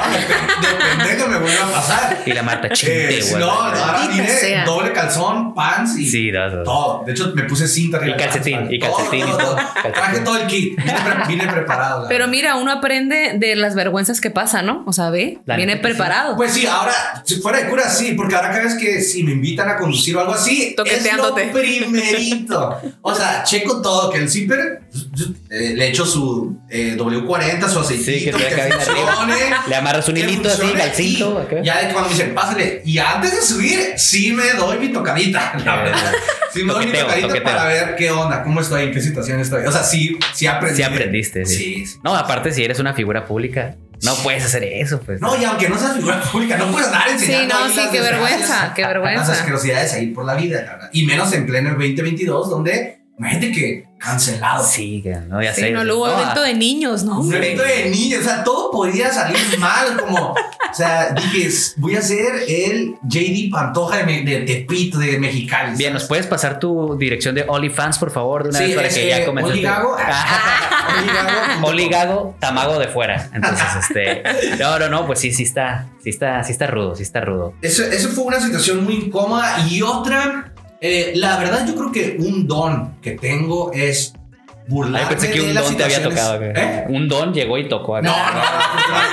S3: No, de pendejo me vuelve a pasar.
S1: Y la Marta,
S3: Eh,
S1: chingate,
S3: sí,
S1: güey.
S3: no, ahora
S2: Maldita
S3: vine
S2: sea.
S3: doble calzón, pants y
S1: Sí, no, no.
S3: todo. De hecho, me puse cinta arriba.
S1: Y
S3: de
S1: calcetín,
S3: pants,
S1: y
S3: todo,
S1: calcetín y
S3: todo,
S1: todo.
S3: todo.
S1: Calcetín.
S3: Traje todo el kit. Vine, pre- vine preparado. la
S2: Pero
S3: verdad.
S2: mira, uno aprende de las vergüenzas que pasa, ¿no? O sea, ve,
S1: La
S2: viene
S1: neta que sí.
S2: preparado.
S3: Pues sí, ahora, si fuera de cura, sí, porque ahora cada vez que si me invitan a conducir o algo así, es lo
S2: Toqueteándote.
S3: primerito. O sea, checo todo, que el zipper eh, le echo su eh, W40, su aceitito,
S1: Sí, que te acá bien arriba.
S3: funcione.
S1: Le amarras un
S3: que
S1: hilito así,
S3: funcione,
S1: galcito,
S3: y
S1: acá.
S3: Ya de que cuando me dicen, pásale. Y antes de subir, sí me doy mi tocadita. la
S1: Eh,
S3: verdad. Sí me doy mi
S1: toqueteo,
S3: tocadita
S1: toqueteo.
S3: para ver qué onda, cómo estoy, en qué situación estoy. O sea, sí, sí aprendí.
S1: Sí aprendiste, sí.
S3: Sí, sí.
S1: No, aparte, si eres una figura pública, no puedes hacer eso, pues.
S3: No, y aunque no seas figura pública, no puedes dar
S2: Sí,
S3: enseñando
S2: no,
S3: ahí
S2: sí,
S3: las
S2: qué
S3: desgracias,
S2: vergüenza, qué
S3: Las
S2: vergüenza.
S3: asquerosidades ahí por la vida, la verdad. Y menos en pleno 2022, donde imagínate que cancelado.
S1: Sí, que no, ya
S2: Sí,
S1: sé.
S2: no, luego
S1: No, ah. Mm.
S2: evento de niños, ¿no?
S3: Un evento de niños, o sea, todo podía salir mal, como, o sea, dije, "S- voy a ser el JD Pantoja de, Me- de Tepito, de Mexicali.
S1: ah, Bien, ¿nos puedes pasar tu dirección de OnlyFans, por favor, de una vez para
S3: eh,
S1: que ya Ah, comences?
S3: Oligago.
S1: *laughs*
S3: ah,
S1: Oligago, tamago de fuera. Entonces, este. No, no, no, pues sí, sí está. Sí está, sí está rudo, sí está rudo.
S3: Eso, eso fue una situación muy incómoda. Y otra, eh, la verdad, yo creo que un don que tengo es burlarme
S1: Ay, pensé que
S3: de
S1: un
S3: las
S1: don te había
S3: situaciones-
S1: tocado.
S3: ¿Eh?
S1: acá. Un don llegó y tocó. acá.
S3: No, no, no,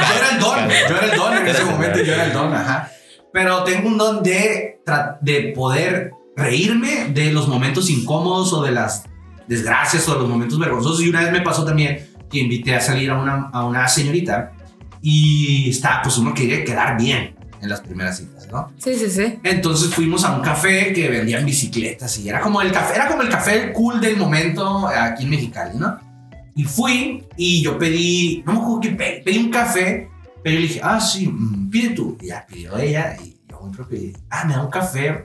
S3: yo era el don, yo era el don en ese momento, yo era el don, ajá. Pero tengo un don de, tra- de poder reírme de los momentos incómodos o de las desgracias o de los momentos vergonzosos. Y una vez me pasó también que invité a salir a una, a una señorita y está, pues uno quería quedar bien en las primeras citas, ¿no?
S2: Sí,
S1: *laughs*
S2: sí, sí.
S3: Entonces fuimos a un café que vendían bicicletas y era como el café, era como el café cool del momento aquí en Mexicali, ¿no? Y fui y yo pedí, no me acuerdo qué pedí, pedí un café, pero yo le dije, ah, sí, mm, pide tú. Y ya pidió ella y yo compré, pedí, ah, me da un café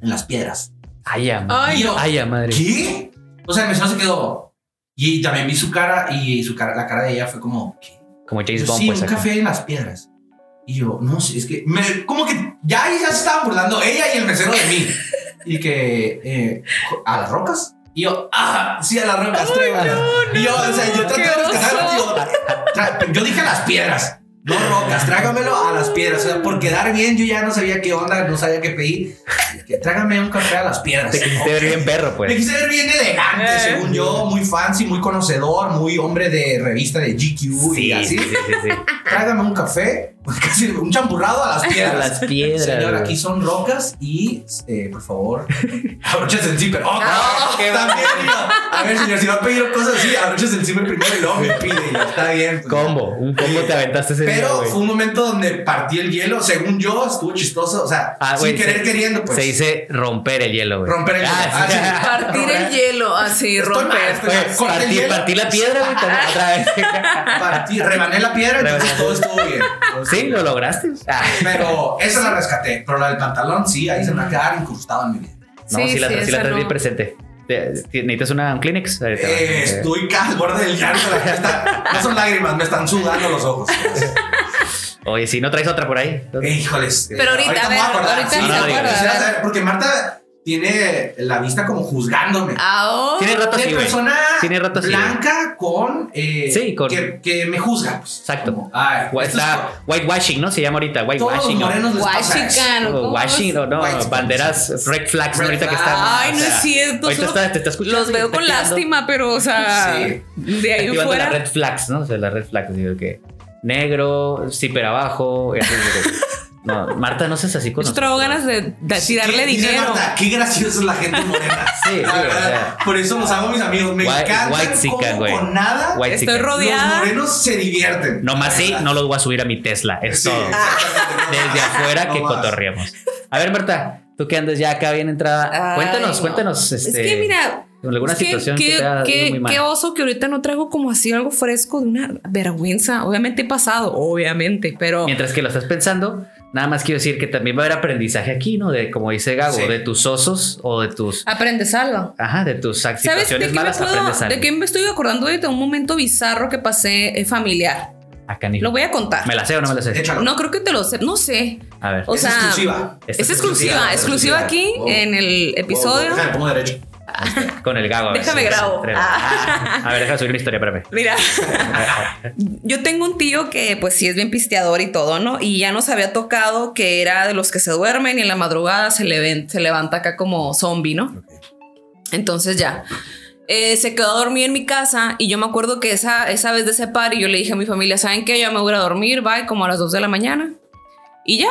S3: en las piedras.
S1: Ay, ya, madre.
S2: Ay,
S3: Y yo,
S1: Ay, ya, madre.
S3: ¿Qué? O sea, mi se quedó. Y también vi su cara y su cara, la cara de ella fue como, ¿qué?
S1: Como James
S3: Yo,
S1: Bond,
S3: sí,
S1: pues.
S3: un
S1: acá.
S3: café en las piedras. Y yo, no sé, es que me- como que ya ahí ya se estaban burlando ella y el mesero de
S1: *laughs*
S3: mí. y que eh, a las rocas. Y yo, ah, sí, a las rocas, trémalas". Y yo, o sea, yo
S2: no,
S3: traté
S2: qué
S3: de rescatarlo,
S2: oso.
S3: digo, tra- yo dije a las piedras. No rocas, trágamelo a las piedras. O sea, por quedar bien, yo ya no sabía qué onda, no sabía qué pedir. Y que Trágame un café a las piedras.
S1: Te quisiste ver
S3: Ok.
S1: bien perro,
S3: Me
S1: pues.
S3: quise ver bien elegante,
S2: Eh.
S3: según yo, muy fancy, muy conocedor, muy hombre de revista de GQ y
S1: Sí, sí, sí,
S3: así.
S1: sí, sí.
S3: Tráigame un café, *laughs* casi un champurrado a las
S1: A
S3: piedras.
S1: las piedras.
S3: Señor,
S1: güey.
S3: aquí son rocas y, eh,
S1: *laughs*
S3: por favor, abróchese el zipper. ¡Oh,
S1: Ah, qué
S3: también, yo, A ver, señor, si va a pedir cosas así, abróchese el zipper primero y luego me pide. y yo, Está bien. pues,
S1: Combo, un combo te aventaste ese día,
S3: Pero
S1: güey.
S3: fue un momento donde partí el hielo. Según yo, estuvo chistoso. O sea,
S1: Ah,
S3: sin
S1: güey,
S3: querer
S1: se-
S3: queriendo, pues.
S1: Se dice romper el hielo, güey.
S3: Romper el hielo.
S1: Ah, sí.
S3: Ah, sí.
S2: Partir el hielo, así,
S3: Estoy mal,
S2: romper.
S3: estoy
S1: Oye,
S3: mal. Corté el
S1: partí,
S3: hielo.
S1: partí la piedra, güey, también, otra
S3: *laughs*
S1: vez.
S3: Partí, rebané la piedra, entonces
S1: Rebané.
S3: todo estuvo bien. Todo estuvo
S1: sí,
S3: bien.
S1: lo lograste. Ah,
S3: Pero esa la rescaté. Pero la del pantalón, sí, ahí se me va a quedar incrustado en mi vida.
S1: no, sí, la, sí,
S2: esa
S1: la traes
S2: no.
S1: bien presente. Te- te- ¿Necesitas una, un Kleenex? Ahí te va.
S3: Eh, estoy ca- al borde del llanto. la gente está- no son lágrimas, me están sudando
S1: *laughs*
S3: los ojos.
S1: Oye, si no traes otra por ahí.
S3: Eh, híjoles. eh,
S2: Pero ahorita, a
S3: me voy
S2: ver,
S3: acordar,
S2: ahorita
S3: sí,
S1: se
S3: no,
S1: acuerda,
S3: quisiera
S2: a ver.
S3: saber, porque Marta tiene la vista como juzgándome.
S2: Ah, oh.
S1: Tiene rato
S3: Una
S1: así, güey.
S3: persona
S1: Tiene rato así, güey.
S3: blanca con, eh,
S1: Sí, con-
S3: Que, que me juzga. Pues.
S1: Exacto.
S3: Ay,
S1: Gua-
S3: esto es-
S1: Está whitewashing, ¿no? Se llama ahorita
S3: todos los
S1: whitewashing. o-
S3: morenos les pasa eso.
S2: Washington.
S1: o
S2: ¿cómo
S1: Washing, o no,
S3: White-
S1: banderas, red flags, ¿no?
S3: Red
S1: ahorita que
S3: flags.
S1: están.
S2: Ay, no
S1: o sea,
S2: es cierto.
S1: Ahorita
S2: solo
S1: está- te está escuchando.
S2: los
S1: y
S2: veo
S1: está
S2: con
S1: tirando-
S2: lástima, pero, o sea,
S3: Sí.
S2: de ahí
S1: activando
S2: fuera.
S1: las red flags, ¿no? O sea, las red flags, digo que negro, zipper abajo. eso es lo que- *laughs* no, Marta, no seas así con
S2: Yo traigo
S1: nosotros.
S2: pues, ganas de, de tirarle
S3: ¿Qué- dice
S2: dinero.
S3: Marta, qué graciosa es la gente morena.
S1: *laughs* Sí,
S3: La
S1: sí,
S3: verdad,
S1: o sea.
S3: por eso los hago mis amigos. Me
S1: White-
S3: encantan
S1: white
S3: cómo
S1: chica, güey.
S3: con nada
S1: White
S2: Estoy
S1: chicken.
S3: los
S2: rodeada.
S3: morenos se divierten.
S1: No más sí,
S3: La verdad.
S1: no los voy a subir a mi Tesla. Es
S3: Sí,
S1: todo.
S3: exactamente, no
S1: Desde
S3: más.
S1: afuera
S3: *laughs* No
S1: que
S3: más.
S1: cotorreamos. A ver, Marta, tú que andas ya acá bien entrada.
S2: Ay,
S1: cuéntanos,
S2: no.
S1: cuéntanos. Este,
S2: es que mira,
S1: alguna
S2: es que-
S1: situación
S2: que-
S1: que, te ha ido
S2: que-
S1: muy mal.
S2: qué oso que ahorita no traigo como así algo fresco de una vergüenza. Obviamente he pasado, obviamente, pero
S1: Mientras que lo estás pensando, nada más quiero decir que también va a haber aprendizaje aquí, ¿no? De como dice Gago,
S3: Sí.
S1: de tus osos o de tus.
S2: aprendes algo.
S1: Ajá, de tus ac-
S2: ¿Sabes de
S1: situaciones
S2: qué, me
S1: malas
S2: puedo,
S1: aprendes algo.
S2: de qué me estoy acordando ahorita? Un momento bizarro que pasé eh, familiar.
S1: Ah, canijo.
S2: Lo voy a contar.
S1: ¿Me la sé o no me la sé?
S3: Échalo.
S2: No creo que te lo sé. No sé.
S1: A ver.
S2: O
S3: Es
S2: sea,
S3: exclusiva.
S1: esta
S2: es exclusiva, exclusiva,
S3: exclusiva.
S2: aquí
S3: Wow.
S2: en el episodio.
S3: Déjame, pongo derecho.
S1: Con el Gago. a ver.
S2: Déjame grabo.
S1: Atrévete. Ah, a ver, déjame subir una historia, espérame.
S2: Mira, yo tengo un tío que pues sí es bien pisteador y todo, ¿no? Y ya nos había tocado que era de los que se duermen y en la madrugada se, le ven- se levanta acá como zombie, ¿no? Entonces ya. eh, se quedó a dormir en mi casa y yo me acuerdo que esa, esa vez de ese party yo le dije a mi familia, ¿saben qué? Yo me voy a ir a dormir, bye, como a las 2 de la mañana. Y ya,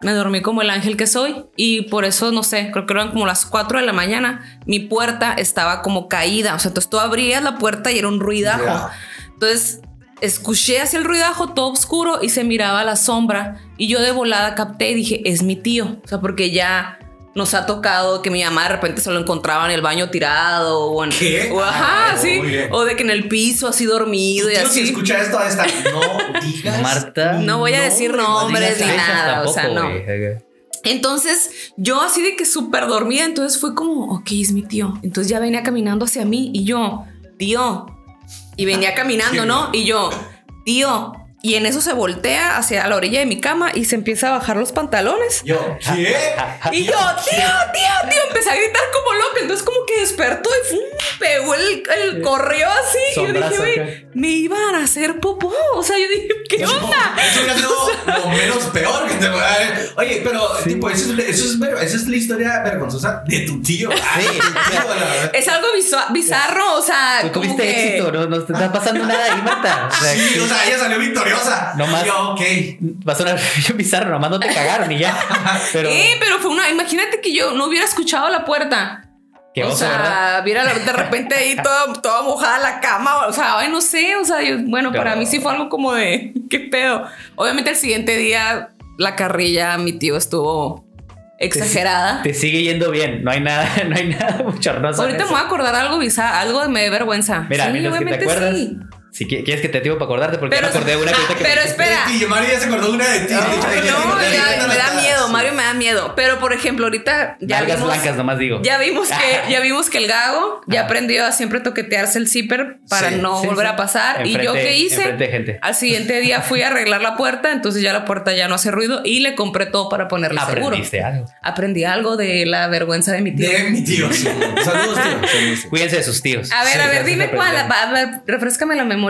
S2: me dormí como el ángel que soy y por eso, no sé, creo que eran como las 4 de la mañana, mi puerta estaba como caída, o sea, entonces tú abrías la puerta y era un ruidajo.
S3: Ya.
S2: Entonces escuché así el ruidajo todo oscuro y se miraba la sombra y yo de volada capté y dije, es mi tío, o sea, porque ya nos ha tocado que mi mamá de repente se lo encontraba en el baño tirado o en...
S3: ¿Qué?
S2: o- ajá,
S3: Ah,
S2: sí,
S3: muy bien.
S2: o de que en el piso así dormido *laughs* y
S3: Tío, si
S2: así.
S3: escucha esto, ahí está. No digas.
S1: Marta.
S2: No voy a decir nombres ni
S1: Fechas
S2: nada, o sea,
S1: tampoco,
S2: no.
S1: güey. eh,
S2: Entonces, yo así de que súper dormida, entonces fue como, ok, es mi tío. Entonces ya venía caminando hacia mí y yo, tío. Y venía
S3: Ah,
S2: caminando, ¿no? Y yo, tío. Y en eso se voltea hacia la orilla de mi cama y se empieza a bajar los pantalones.
S3: Yo, ¿qué?
S2: Y yo, tío, tío, tío, empecé a gritar como loca. Entonces, como que despertó y fum, pegó el, el correo así. Y yo dije,
S1: Sombrazo,
S2: güey,
S1: ¿qué?
S2: me iban a hacer popó. O sea, yo dije, ¿qué
S3: No,
S2: onda?
S3: Eso hubiera sido lo menos peor que te Oye, pero, tipo, eso es, eso, es, ver- esa es la historia vergonzosa de tu tío. Ah, de tu tío, la verdad.
S2: Es algo bizua- bizarro, o sea,
S1: Tú
S2: como
S1: tuviste
S2: Ah, que-
S1: éxito, no, no te está pasando nada ahí, Marta. O sea,
S3: Sí, o sea, ella salió victoriosa.
S1: No más.
S3: Yo, ok.
S1: va a sonar *laughs* bien bizarro, nomás no te cagaron y ya. Pero
S2: Eh, pero fue una. Imagínate que yo no hubiera escuchado la puerta.
S1: qué
S2: o
S1: oso,
S2: sea,
S1: ¿verdad?
S2: viera la- de repente ahí toda, toda mojada la cama. O sea, ay, no sé. O sea, yo- bueno,
S1: Claro.
S2: para mí sí fue algo como de *laughs* qué pedo. Obviamente, el siguiente día, la carrilla, mi tío estuvo exagerada.
S1: Te sigue yendo bien, no hay nada, *laughs* no hay nada bochornoso. en
S2: Ahorita me
S1: eso.
S2: voy a acordar algo bizarro, algo de me dé vergüenza.
S1: Mira,
S2: Sí,
S1: mientras que te
S2: obviamente
S1: acuerdas.
S2: sí.
S1: Si qui- quieres que te activo para acordarte, porque
S2: Pero,
S1: ya me acordé de
S2: *laughs*
S1: una que ahorita
S2: ah,
S1: que
S2: pero
S1: me-
S2: espera.
S3: Y Mario ya se acordó una de ti.
S1: No,
S3: de hecho, que
S2: No,
S3: te-
S2: me
S3: te-
S2: da,
S3: te-
S2: me da
S3: te-
S2: miedo, Mario me da miedo. Pero por ejemplo, ahorita ya
S1: Nalgas
S2: vimos-
S1: blancas, nomás digo.
S2: Ya vimos que, ya vimos que el gago ya
S1: Ajá.
S2: aprendió a siempre toquetearse el zipper para
S3: Sí,
S2: no
S1: sí,
S2: volver
S1: sí.
S2: a pasar. y yo
S1: Enfrente-
S2: qué
S1: enfrente de
S2: hice.
S1: gente.
S2: Al siguiente día fui a arreglar la puerta, entonces ya la puerta ya no hace ruido y le compré todo para ponerle seguro.
S1: Aprendiste algo.
S2: Aprendí algo de la vergüenza de mi tío.
S3: De mi tío. sí. Saludos, tío. Saludos, tío.
S1: Cuídense de sus tíos.
S2: A ver,
S1: Sí,
S2: a ver,
S1: gracias,
S2: dime
S1: aprendí
S2: cuál.
S1: algo.
S2: A ver, refrescame la memoria.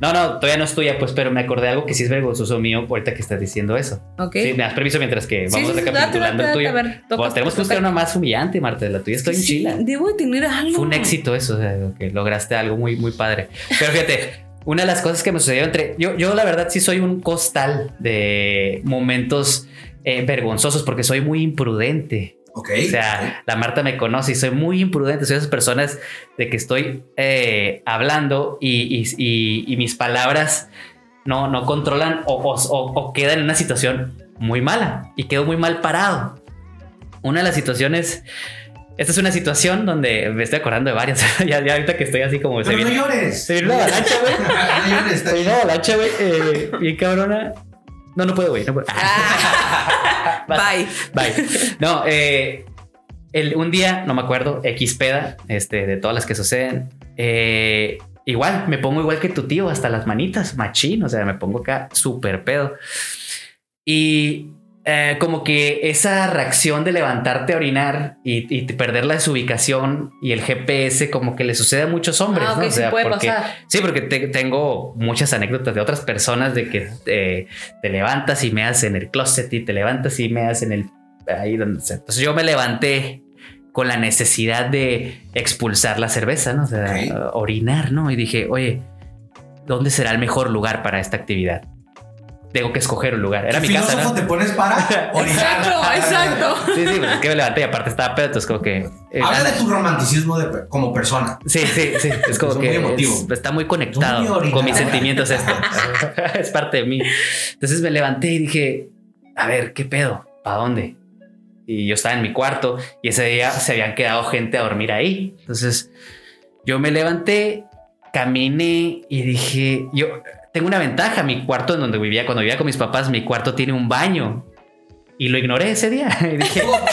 S1: No, no, todavía no es tuya, pues, pero me acordé de algo que sí es vergonzoso mío ahorita que estás diciendo eso.
S2: Ok.
S1: Sí, me das permiso mientras que
S2: Sí,
S1: vamos
S2: sí, sí,
S1: recapitulando
S2: date,
S1: el tuyo.
S2: date, a ver, toca,
S1: Bueno, tenemos que
S2: toca.
S1: buscar una más humillante, Marta. La tuya está en
S2: Sí,
S1: chila.
S2: Debo de tener algo.
S1: Fue un éxito eso, o sea, que lograste algo muy, muy padre. Pero fíjate, una de las cosas que me sucedió entre. Yo, yo la verdad, sí soy un costal de momentos eh, vergonzosos porque soy muy imprudente.
S3: Ok.
S1: O sea, la Marta me conoce y soy muy imprudente. Soy de esas personas de que estoy eh, hablando y, y- y- y mis palabras no, no controlan o, o- o- o quedan en una situación muy mala y quedo muy mal parado. Una de las situaciones, esta es una situación donde me estoy acordando de varias. *laughs* ya, ya ahorita que estoy así como pues se
S3: Pero no
S1: viene,
S3: llores.
S1: se viene una avalancha, güey.
S3: *laughs* No llores. está
S1: Se viene una avalancha, güey. eh, bien cabrona. No, no puedo, güey. No puedo. *laughs*
S3: Ah,
S2: Ah,
S1: Vas.
S2: bye.
S1: *laughs* Bye. No, eh, el- un día, no me acuerdo, X peda, este, de todas las que suceden, eh, igual, me pongo igual que tu tío, hasta las manitas, machín, o sea, me pongo acá súper pedo. Y eh, como que esa reacción de levantarte a orinar y, y perder la desubicación y el GPS como que le sucede a muchos hombres,
S2: Ah,
S1: ¿no?
S2: ok, sí puede
S1: porque,
S2: pasar.
S1: Sí, porque te- tengo muchas anécdotas de otras personas de que eh, te levantas y meas en el closet y te levantas y meas en el... Ahí donde... sea. Entonces yo me levanté con la necesidad de expulsar la cerveza, ¿no? O sea,
S3: Ok.
S1: orinar, ¿no? Y dije, oye, ¿dónde será el mejor lugar para esta actividad? Tengo que escoger un lugar. Era mi casa,
S3: filósofo
S1: ¿no?
S3: te pones
S1: *laughs*
S3: para orinar?
S2: Exacto, exacto.
S1: Sí, sí, pues es que me levanté y aparte estaba pedo, entonces como que... eh,
S3: Habla
S1: anda-
S3: de tu romanticismo de- como persona.
S1: Sí, sí, sí, es como
S3: Es muy
S1: que
S3: emotivo.
S1: es- está muy
S3: Muy
S1: conectado
S3: original.
S1: con mis sentimientos esto. *laughs* es parte de mí. Entonces me levanté y dije, a ver, ¿qué pedo? ¿Para dónde? Y yo estaba en mi cuarto y ese día se habían quedado gente a dormir ahí. Entonces yo me levanté, caminé y dije, yo tengo una ventaja, mi cuarto en donde vivía, cuando vivía con mis papás, mi cuarto tiene un baño. Y lo ignoré ese día. *laughs* *laughs* Y dije, "Ah,
S3: Ok.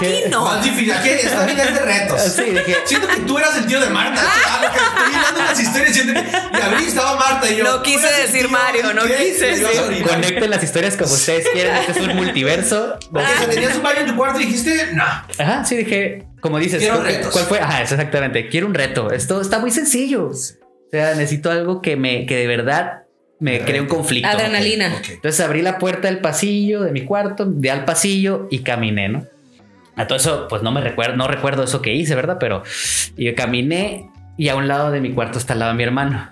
S2: Aquí no.
S3: Más difícil. Aquí esta vida es de retos.
S1: sí,
S3: *laughs*
S1: dije,
S3: Siento que tú eras el tío de Marta. Ah, lo que estoy mirando las historias. Siento que y abrí estaba Marta y yo.
S2: No
S3: tú
S2: quise
S3: eras el
S2: decir
S3: tío
S2: Mario, no
S3: que
S2: quise
S3: le dio a
S2: decir-
S3: orinar.
S1: Conecten las historias como ustedes quieran. Este es un multiverso.
S3: Porque tenías un baño en tu cuarto y dijiste, no.
S1: Ajá, sí dije, como dices,
S3: Quiero
S1: ¿cuál,
S3: retos.
S1: cuál fue? Ajá, eso exactamente. Quiero un reto. Esto está muy sencillo. O sea, necesito algo que me, que de verdad me
S3: Correcto.
S1: cree un conflicto.
S2: Adrenalina.
S3: Ok.
S1: Entonces abrí la puerta del pasillo de mi cuarto, de al pasillo y caminé, ¿no? A todo eso, pues no me recuerdo, no recuerdo eso que hice, ¿verdad? Pero y yo caminé y a un lado de mi cuarto está al lado de mi hermano.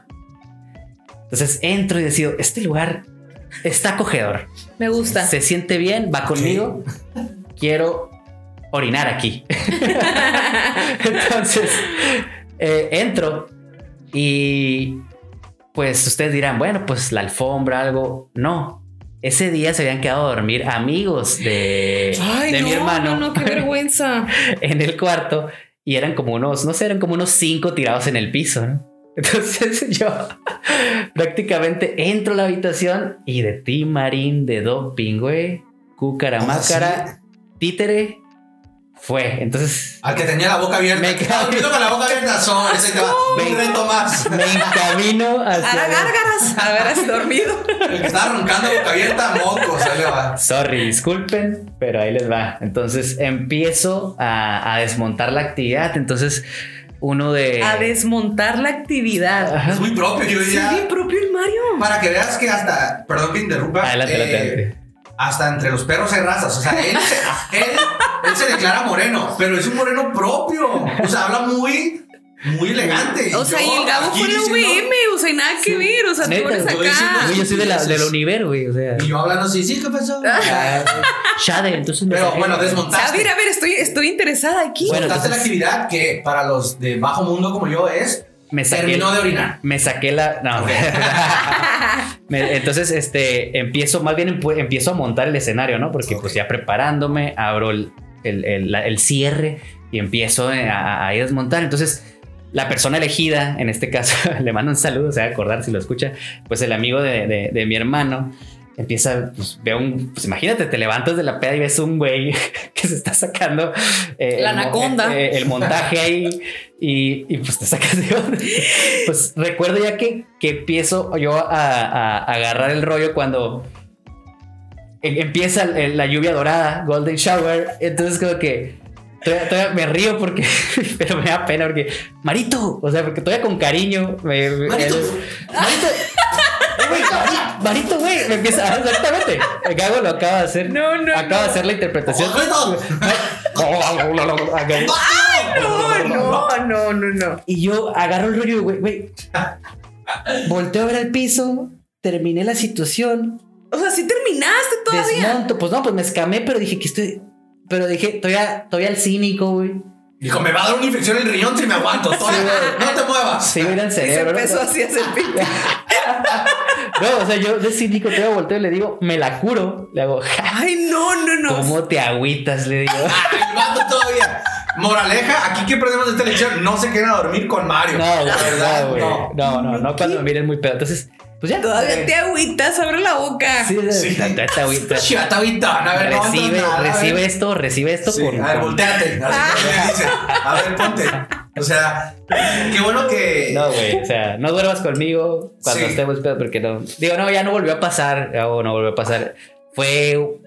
S1: Entonces entro y decido, este lugar está acogedor.
S2: Me gusta.
S1: Se siente bien, va conmigo. Quiero orinar aquí. Entonces, eh, entro y pues ustedes dirán, bueno, pues la alfombra, algo. No, ese día se habían quedado a dormir amigos de,
S2: Ay,
S1: de
S2: no,
S1: mi hermano
S2: No, no,
S1: *laughs*
S2: qué vergüenza.
S1: en el cuarto y eran como unos, no sé, eran como unos cinco tirados en el piso, ¿no? *laughs* Entonces yo prácticamente entro a la habitación y de ti, Marín, de Do, Pingüe, Cúcara, Mácara, Títere, fue. Entonces *laughs*
S3: Al que tenía la boca abierta.
S1: Me
S3: Me quedaba
S1: cago.
S3: con la
S1: *laughs*
S3: boca abierta. Son, ese te va. Un reto más.
S1: me encamino
S2: A
S1: hacia...
S2: la gárgaras. A ver, has dormido.
S3: *laughs* El que estaba roncando boca abierta, mocos. Ahí le va.
S1: Sorry, disculpen, pero ahí les va. Entonces empiezo a, a desmontar la actividad. Entonces uno de...
S2: A desmontar la actividad.
S1: Eh. Ajá.
S3: Es muy propio, yo
S2: Sí,
S3: diría.
S2: bien propio el Mario.
S3: Para que veas que hasta, perdón que interrumpa,
S1: Adelante,
S3: eh,
S1: adelante, adelante.
S3: hasta entre los perros hay razas. O sea, él se, él, él se declara moreno, pero es un moreno propio. O sea, habla muy, muy elegante.
S2: O sea, y el Gabo
S3: aquí
S2: fue la
S3: diciendo-
S2: UVM, o sea, y nada que ver, o sea, tú
S1: Neta,
S2: eres
S1: güey,
S2: acá.
S1: Güey, yo soy de la, del universo, güey. O sea,
S3: Y yo hablando así, sí, ¿qué pasó?
S2: *laughs*
S1: Shade, entonces me
S3: Pero
S1: saqué.
S3: bueno,
S2: A
S3: desmontaste.
S2: ver, a ver, estoy, estoy interesada aquí.
S1: Bueno,
S3: Desmontaste la
S1: entonces-
S3: actividad que para los de bajo mundo como yo es
S1: me saqué
S3: terminó de orinar.
S1: Me saqué la. No. *laughs* Me- entonces, este, empiezo, más bien empu- empiezo a montar el escenario, ¿no? Porque pues
S3: Ok.
S1: ya preparándome, abro el, el- el- la- el cierre y empiezo a- a, a ir a desmontar. Entonces, la persona elegida, en este caso, *laughs* le mando un saludo, se va a acordar si lo escucha, pues el amigo de, de- de mi hermano. Empieza, pues veo un, pues imagínate, te levantas de la peda y ves un güey *laughs* que se está sacando eh,
S2: La
S1: el mo-
S2: anaconda.
S1: eh, el montaje ahí y, y, pues te sacas de
S2: *laughs*
S1: onda. Pues recuerdo ya que, que empiezo yo a, a- a agarrar el rollo cuando em- empieza el- el- la lluvia dorada, Golden Shower. Entonces, como que todavía, todavía me río porque, *laughs* pero me da pena porque, Marito, o sea, porque todavía con cariño me. me-
S3: Marito.
S1: Marito. Eh, güey, Mari- Marito, güey, me empieza. ah, Exactamente. Gago lo acaba de hacer.
S2: *laughs* No, no,
S1: Acaba de
S2: no.
S1: hacer la interpretación. *laughs*
S3: ¡Objeto!
S1: Acá.
S2: No, no, no, no, no.
S1: Y yo agarro el rollo, güey, güey. Volteo a ver el piso, terminé la situación,
S2: O sea, sí terminaste todavía.
S1: desmonto. Pues no, pues me escamé, pero dije que estoy. Pero dije, todavía, todavía el cínico, güey.
S3: Dijo, me va a dar una infección en el riñón si me aguanto. Todavía, no te muevas.
S1: Se me iba el
S2: Y se
S1: cerebro.
S2: empezó así a hacer
S1: *laughs*
S2: pipí.
S1: No, o sea, yo de cínico te volteo y le digo, me la curo. Le hago, "Ja,
S2: Ay, no, no, no.
S1: ¿cómo te agüitas? Le digo.
S3: El vato todavía. Moraleja, aquí que aprendemos de esta lección, no se queden a dormir con Mario.
S1: No, güey,
S3: la verdad,
S1: no, güey.
S3: no.
S1: No, no, no, cuando me miren muy pedo. Entonces, pues ya.
S2: Todavía te agüitas, abre la boca.
S1: Sí,
S3: Sí.
S1: sí. te- te agüitas.
S3: Chivata vitana, *laughs* a ver, no aguantas
S1: Recibe,
S3: nada, a ver.
S1: recibe esto, recibe esto Ah.
S3: Sí,
S1: por.
S3: a ver,
S1: por-
S3: volteate. A ver, ¿qué le dice? A ver, ponte. O sea, qué bueno que.
S1: No, güey, o sea, no duermas conmigo cuando
S3: Sí.
S1: estemos pedos porque no. Digo, no, ya no volvió a pasar, ya no volvió a pasar. Fue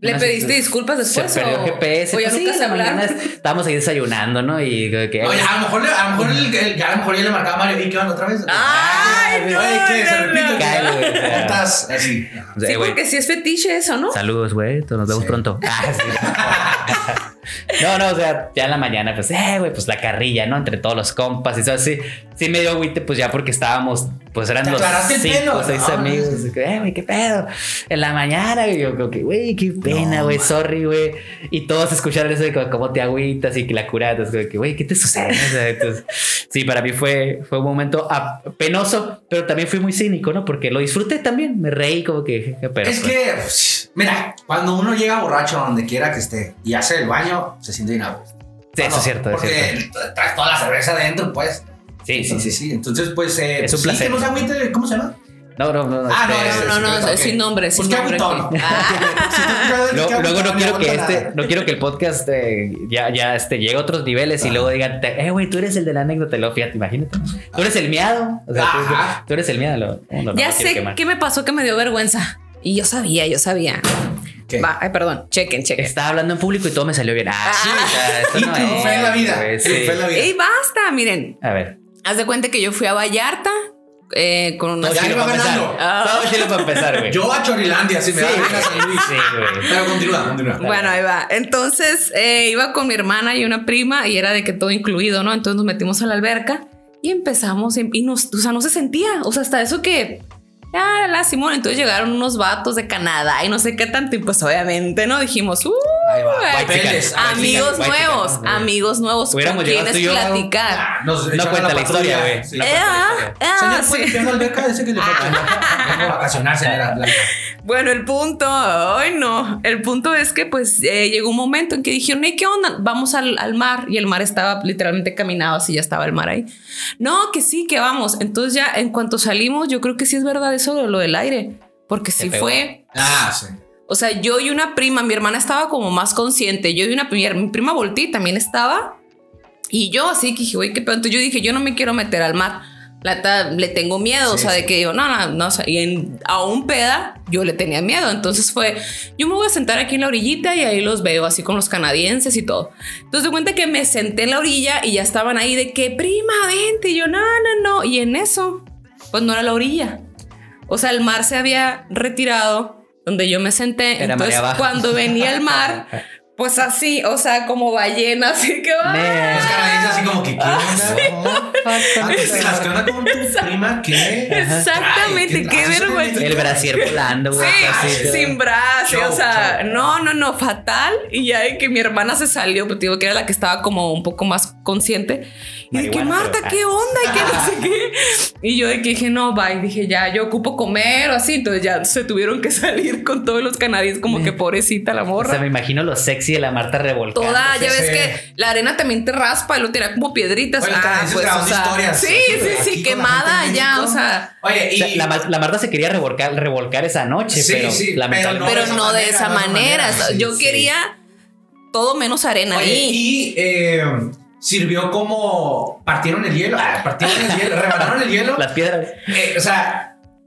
S2: ¿Le
S1: Una-
S2: pediste disculpas
S1: Se
S2: después?
S1: perdió
S2: o,
S1: GPS.
S2: o ya
S1: Pues sí,
S2: nunca
S1: en la
S2: se
S1: mañana
S2: hablaron?
S1: estábamos ahí desayunando, ¿no? Y que- que-
S3: No, ya, a lo mejor, le- a lo mejor, el- el- ya, a lo mejor ya le marcaba a Mario, ¿y qué onda otra vez?
S2: Ah, Ay,
S1: Ay,
S2: no,
S3: Oye, ¿qué?
S2: no,
S3: ¿Se
S2: no.
S3: repite?
S1: Cállate, güey, o sea.
S3: Juntas, así.
S1: O sea,
S2: Sí,
S1: eh, güey,
S2: porque si es fetiche eso, ¿no?
S1: Saludos, güey. Nos vemos
S3: Sí.
S1: pronto. *laughs* Ah, sí. *laughs* no, no, o sea, ya en la mañana, pues, eh, güey, pues la carrilla, ¿no? Entre todos los compas y eso así. Sí me dio agüite, pues ya porque estábamos, pues eran
S3: ¿Te
S1: los
S3: aclaraste el
S1: cinco
S3: pelo? Ah,
S1: o seis
S3: No, no,
S1: amigos.
S3: no.
S1: así que, eh, güey, qué pedo. En la mañana, güey, yo como que, güey, qué pena,
S3: No,
S1: güey,
S3: man.
S1: sorry, güey. Y todos escucharon eso de como, cómo te agüitas y que la curatas, como que, güey, ¿qué te sucede? O sea, entonces, sí, para mí fue, fue un momento ah, penoso, pero también fui muy cínico, ¿no? Porque lo disfruté también, me reí como que, pero...
S3: es que, pues, mira, cuando uno llega borracho a donde quiera que esté y hace el baño, se siente bien a gusto.
S1: Sí, eso
S3: No,
S1: es cierto, es
S3: Porque
S1: cierto.
S3: traes toda la cerveza adentro, pues.
S1: Sí, sí, sí.
S3: Entonces, sí. Entonces, pues. eh,
S1: Es un
S3: sí,
S1: placer.
S3: que no se agüite, ¿cómo se llama?
S1: No, no, no. no,
S3: Ah,
S1: este,
S2: No,
S3: no,
S2: no, no,
S3: Ok.
S2: sin nombre, sin
S3: Pues qué
S2: nombre. Ah.
S3: agüitón. *laughs* Si tú quieres,
S1: Lo-
S3: qué agüitón,
S1: luego no quiero que
S3: aguanta
S1: este,
S3: nada.
S1: no quiero que el podcast eh, ya, ya este, llegue a otros niveles
S3: Ah.
S1: y luego digan, te- eh, güey, tú eres el de la anécdota, y luego fíjate, imagínate. Tú eres el miado. O sea, tú-
S3: Ajá.
S1: tú, eres el miado. lo- no, no,
S2: ya
S1: no, quiero
S2: sé
S1: quemar.
S2: qué me pasó que me dio vergüenza. Y yo sabía, yo sabía.
S3: ¿Qué?
S2: Va, ay, perdón, chequen, chequen.
S1: Estaba hablando en público y todo me salió bien. Ah, sí, o sea, esto
S3: *laughs* Y
S1: no
S3: triunfé
S1: es,
S3: en la vida.
S1: güey, sí.
S3: Triunfé en la vida.
S2: ¡Ey, basta! Miren,
S1: A ver.
S2: haz de cuenta que yo fui a Vallarta eh, con una.
S1: Todo
S3: Ya
S1: chilo
S3: iba
S1: para empezar.
S3: ganando.
S2: Ah.
S1: Todo chilo para empezar, güey.
S3: Yo a Chorilandia, si me
S1: Sí,
S3: da pena San
S1: güey.
S3: Luis.
S1: Sí, güey.
S3: Pero continúa, continúa.
S2: Bueno, ahí va. Entonces eh, iba con mi hermana y una prima y era de que todo incluido, ¿no? Entonces nos metimos a la alberca y empezamos y, y nos, o sea, no se sentía. O sea, hasta eso que. Ah, la Simón. Entonces llegaron unos vatos de Canadá y no sé qué tanto. Y pues obviamente, ¿no? Dijimos, ¡uh!
S3: Ahí va.
S2: güey,
S1: White chicken.
S3: Papeles.
S1: Ah,
S2: amigos
S1: sí, guay,
S2: nuevos,
S1: chica, no, güey.
S2: amigos nuevos. ¿Con
S1: Hubiéramos llegado
S2: quienes
S1: tú y yo, ¿no?
S2: platicar?
S3: Ah, nos
S1: No
S3: echaron
S1: cuenta la
S3: patrulla,
S1: historia, güey.
S3: sí.
S1: No
S2: Eh,
S1: cuenta la
S2: ah,
S1: historia.
S2: ah,
S3: Señor,
S2: sí. Ah.
S3: ¿puede limpiar la alberca? Ese que le falta. Vengo a vacacionar, señora Blanca.
S2: Bueno, el punto, ay no, el punto es que pues eh, llegó un momento en que dijeron, "Ey, ¿qué onda? Vamos al, al mar y el mar estaba literalmente caminado, así ya estaba el mar ahí. No, que sí, que vamos. Entonces ya en cuanto salimos, yo creo que sí es verdad eso de lo del aire, porque sí
S1: pegó.
S2: fue,
S3: Ah, sí.
S2: o sea, yo y una prima, mi hermana estaba como más consciente, yo y una prima, mi prima volteé y también estaba, y yo así que dije, güey, qué pedo. Entonces yo dije, yo no me quiero meter al mar. La neta, le tengo miedo, o
S3: Sí,
S2: sea,
S3: sí.
S2: de que digo, no, no, no, o sea, y en, aún peda, yo le tenía miedo. Entonces fue, yo me voy a sentar aquí en la orillita y ahí los veo, así con los canadienses y todo. Entonces de cuenta que me senté en la orilla y ya estaban ahí de que, prima, vente. Y yo, no, no, no. Y en eso, pues no era la orilla. O sea, el mar se había retirado donde yo me senté.
S1: Era marea
S2: entonces,
S1: abajo.
S2: cuando venía
S1: *laughs*
S2: el mar, pues así, o sea, como ballena, así que ¡ah! va.
S3: Los
S1: Ne-
S3: canadienses así como que, ¿qué onda? Ah, ¿qué estás? ¿Qué onda con tu prima? ¿Qué?
S2: Exactamente,
S3: Ay, qué
S2: qué
S3: trazo,
S2: vergüenza.
S1: El brasier volando, güey.
S2: Sí,
S1: así,
S2: sin brazo, o
S3: Show,
S2: sea,
S3: show.
S2: no, no, no, fatal. Y ya de que mi hermana se salió, pero te digo que era la que estaba como un poco más consciente. Y de que
S1: Marihuana,
S2: Marta,
S1: pero-
S2: ¿qué onda? Y que no sé qué. Y yo de que dije, no, bye, dije, ya, yo ocupo comer o así. Entonces ya se tuvieron que salir con todos los canadienses, como que pobrecita la
S1: O
S2: morra.
S1: sea, me imagino lo sexy de la Marta revolcada.
S2: Toda, ya ves
S3: sí.
S2: que la arena también te raspa y lo tira como piedritas.
S3: Bueno,
S2: ah,
S3: canadienses
S2: pues, o
S3: grabando
S2: sea,
S3: historias.
S2: sí, sí,
S3: Aquí
S2: sí,
S3: con la
S2: quemada
S3: gente en
S2: ya, o
S3: México.
S1: sea,
S2: sea.
S3: Oye, y.
S1: La, Mar- la Marta se quería revolcar, revolcar esa noche,
S3: Sí,
S1: pero
S3: sí,
S1: lamentablemente.
S2: pero no de esa manera.
S3: sí,
S2: Yo
S1: sí.
S2: quería todo menos arena
S3: Oye,
S2: ahí.
S3: y eh, sirvió como partieron el hielo, ah, partieron el hielo, rebanaron el hielo.
S1: Las piedras.
S3: Eh, o sea,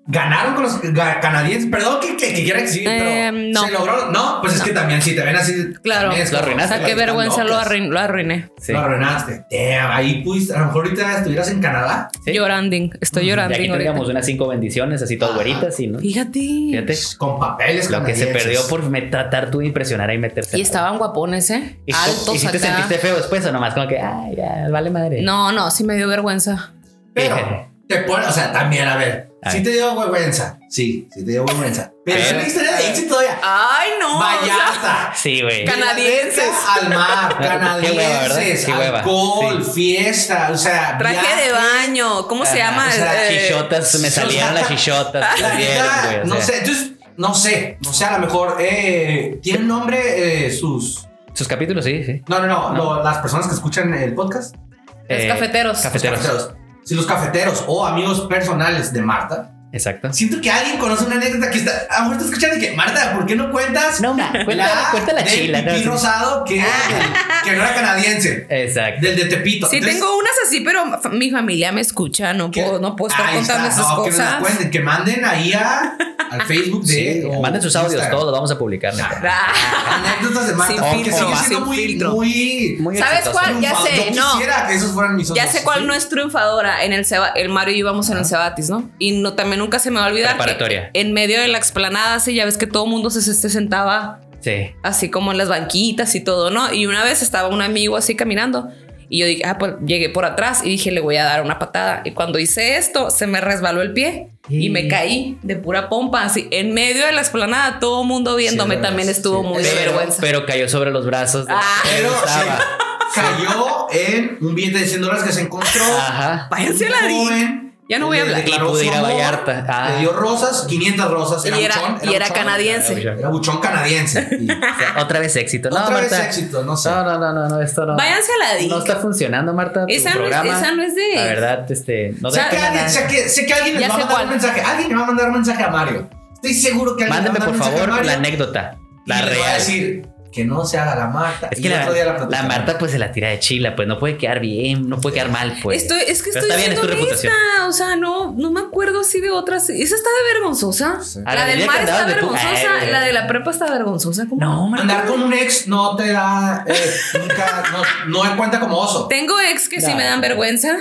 S3: ganaron con los ga- canadienses. Perdón que, que, que quiera exhibir,
S2: Eh,
S3: pero
S2: no.
S3: se logró. No, pues es que también si te ven así,
S2: Claro.
S3: también es
S1: Lo
S3: como-
S2: O
S1: arruinaste.
S2: sea, qué
S3: Están
S2: vergüenza lo
S3: locas.
S2: arruiné. Lo arruiné.
S1: Sí.
S3: pues, Lo arruinaste. Damn, ahí pudiste, a lo mejor ahorita estuvieras en Canadá.
S1: Sí.
S2: Llorando. Estoy
S1: Y
S2: llorando.
S1: aquí tendríamos unas cinco bendiciones, así todo güeritas y no.
S2: Fíjate.
S1: Fíjate.
S3: pues, Con papeles.
S1: Lo que se
S3: canadienses.
S1: perdió por me- tratar tú de impresionar y meterse.
S2: Y estaban guapones, ¿eh?
S1: ¿Y, cómo-
S2: Altos
S1: ¿y si te
S2: acá.
S1: sentiste feo después o nomás como que, ay, ya, vale madre?
S2: No, no, sí me dio vergüenza.
S3: Pero
S1: Fíjate.
S3: te pone, o sea, también, a ver,
S1: A
S3: si
S1: ver.
S3: te dio vergüenza. Sí, sí te dio
S1: *laughs*
S3: vergüenza. Pero es
S1: Pero-
S3: una historia de éxito todavía.
S2: Ay, no. *laughs*
S3: Vallarta.
S1: Sí, güey.
S2: Can- Ah, Canadienses.
S3: Al mar,
S1: *laughs* Qué hueva, ¿verdad?
S3: canadienses,
S1: Qué hueva.
S3: alcohol, fiesta, o sea,
S2: traje de
S3: viaje,
S2: baño. ¿Cómo se
S1: Ajá,
S2: llama?
S3: o sea,
S2: Eh,
S1: Chichotas, me
S3: o sea,
S1: salieron las
S3: *laughs*
S1: chichotas.
S3: la
S1: las dieron,
S3: neta,
S1: güey, o
S3: no
S1: sea,
S3: sé, entonces, no sé, no sé, a lo mejor eh, tienen nombre eh, sus.
S1: Sus capítulos, sí, sí.
S3: No, no, no, lo- las personas que escuchan el podcast,
S2: Los cafeteros.
S3: los
S1: Eh, Cafeteros.
S3: cafeteros. Si los cafeteros o amigos personales de Marta,
S1: Exacto.
S3: siento que alguien conoce una anécdota que está. A lo mejor está escuchando y que, Marta, ¿por qué no cuentas?
S1: No, ma, cuéntala, cuéntala
S3: del
S1: chila.
S3: pipí
S1: ¿no? *laughs*
S3: rosado que, que no era canadiense,
S1: Exacto.
S3: del de Tepito.
S2: Sí,
S3: Entonces,
S2: tengo unas así, pero fa- mi familia me escucha. No
S3: que-
S2: puedo, no puedo estar
S3: Ahí
S2: contando
S3: está,
S2: esas
S3: no, Que, nos
S2: cosas.
S3: cuenten, que manden ahí a al Facebook de.
S1: Sí,
S3: o
S1: manden sus audios,
S3: Instagram. Ah,
S1: todos los vamos a publicar. neta.
S2: Ah,
S3: Anécdotas de Marta.
S2: Sin
S3: aunque
S2: filtro,
S3: sigue
S2: sin
S3: siendo muy,
S2: filtro.
S3: muy
S1: Muy
S2: ¿Sabes
S1: exitoso.
S2: cuál? Ya
S3: triunfado.
S2: sé,
S3: Yo
S2: no.
S3: quisiera que esos fueran mis
S2: Ya
S3: otros.
S2: sé cuál
S3: Sí.
S2: no es triunfadora. En el, Seba- el Mario y yo íbamos en el Cebatis, ¿no? Y no, también nunca se me va a olvidar. que
S1: Preparatoria.
S2: en medio de la explanada, sí, ya ves que todo mundo se, se sentaba
S1: Sí.
S2: así como en las banquitas y todo, ¿no? Y una vez estaba un amigo así caminando y yo dije, ah, pues llegué por atrás y dije, le voy a dar una patada. Y cuando hice esto, se me resbaló el pie y,
S1: Y-
S2: me caí de pura pompa, así en medio de la explanada, todo mundo viéndome
S3: Sí,
S2: también
S3: sí.
S2: estuvo muy de
S1: Pero-
S2: vergüenza.
S1: Pero cayó sobre los brazos. de-
S2: Ah.
S1: que le
S3: Pero se
S1: gustaba.
S3: cayó en un billete de 100 dólares que se encontró.
S1: Ajá.
S2: Váyanse a la di- Ya no voy a hablar.
S1: Y pude ir a Vallarta. Ah.
S3: Le dio rosas, 500 rosas.
S2: Y era,
S3: buchón,
S2: y era
S3: buchón.
S2: canadiense.
S1: Era
S3: Era
S1: *laughs*
S3: buchón canadiense. Y-
S1: Otra vez éxito. No,
S3: Otra vez
S1: Marta.
S3: éxito, no sé.
S1: No, no, no, no, no, esto no.
S2: Váyanse a la
S1: No
S2: di.
S1: está funcionando, Marta. tu
S2: Esa no es-
S1: programa.
S2: esa no es de-
S1: La verdad, este. No
S3: sé,
S1: da
S3: que
S1: pena
S3: alguien,
S1: nada.
S3: sé, que, sé que alguien
S2: Ya
S3: les va a
S2: sé
S3: mandar
S2: cuál.
S3: un mensaje. Alguien le va a mandar un mensaje a Mario. Estoy seguro que alguien
S1: Mándeme,
S3: le va a
S1: por
S3: mandar un mensaje a
S1: favor,
S3: Mario
S1: la anécdota.
S3: y
S1: La
S3: le va a
S1: real.
S3: decir que no se haga la Marta.
S1: Es
S3: y
S1: que
S3: el
S1: la,
S3: otro día la,
S1: la
S3: platicamos.
S1: Marta pues se la tira de chila, pues no puede quedar bien, no puede quedar mal, pues.
S2: Estoy- es que
S1: Pero
S2: estoy
S1: está bien, es
S2: siendo
S1: tu reputación.
S2: honesta, o sea, no, no me acuerdo así de otras. Esa está de vergonzosa.
S1: A la
S2: La del
S1: del día que
S2: mar está
S1: andabas de pu-
S2: vergonzosa,
S1: Ay,
S2: la de la prepa está vergonzosa. ¿cómo?
S1: No, Marta.
S3: Andar con un ex no te da. eh, nunca. No, no cuenta como oso.
S2: Tengo ex que sí
S1: No.
S2: me dan vergüenza.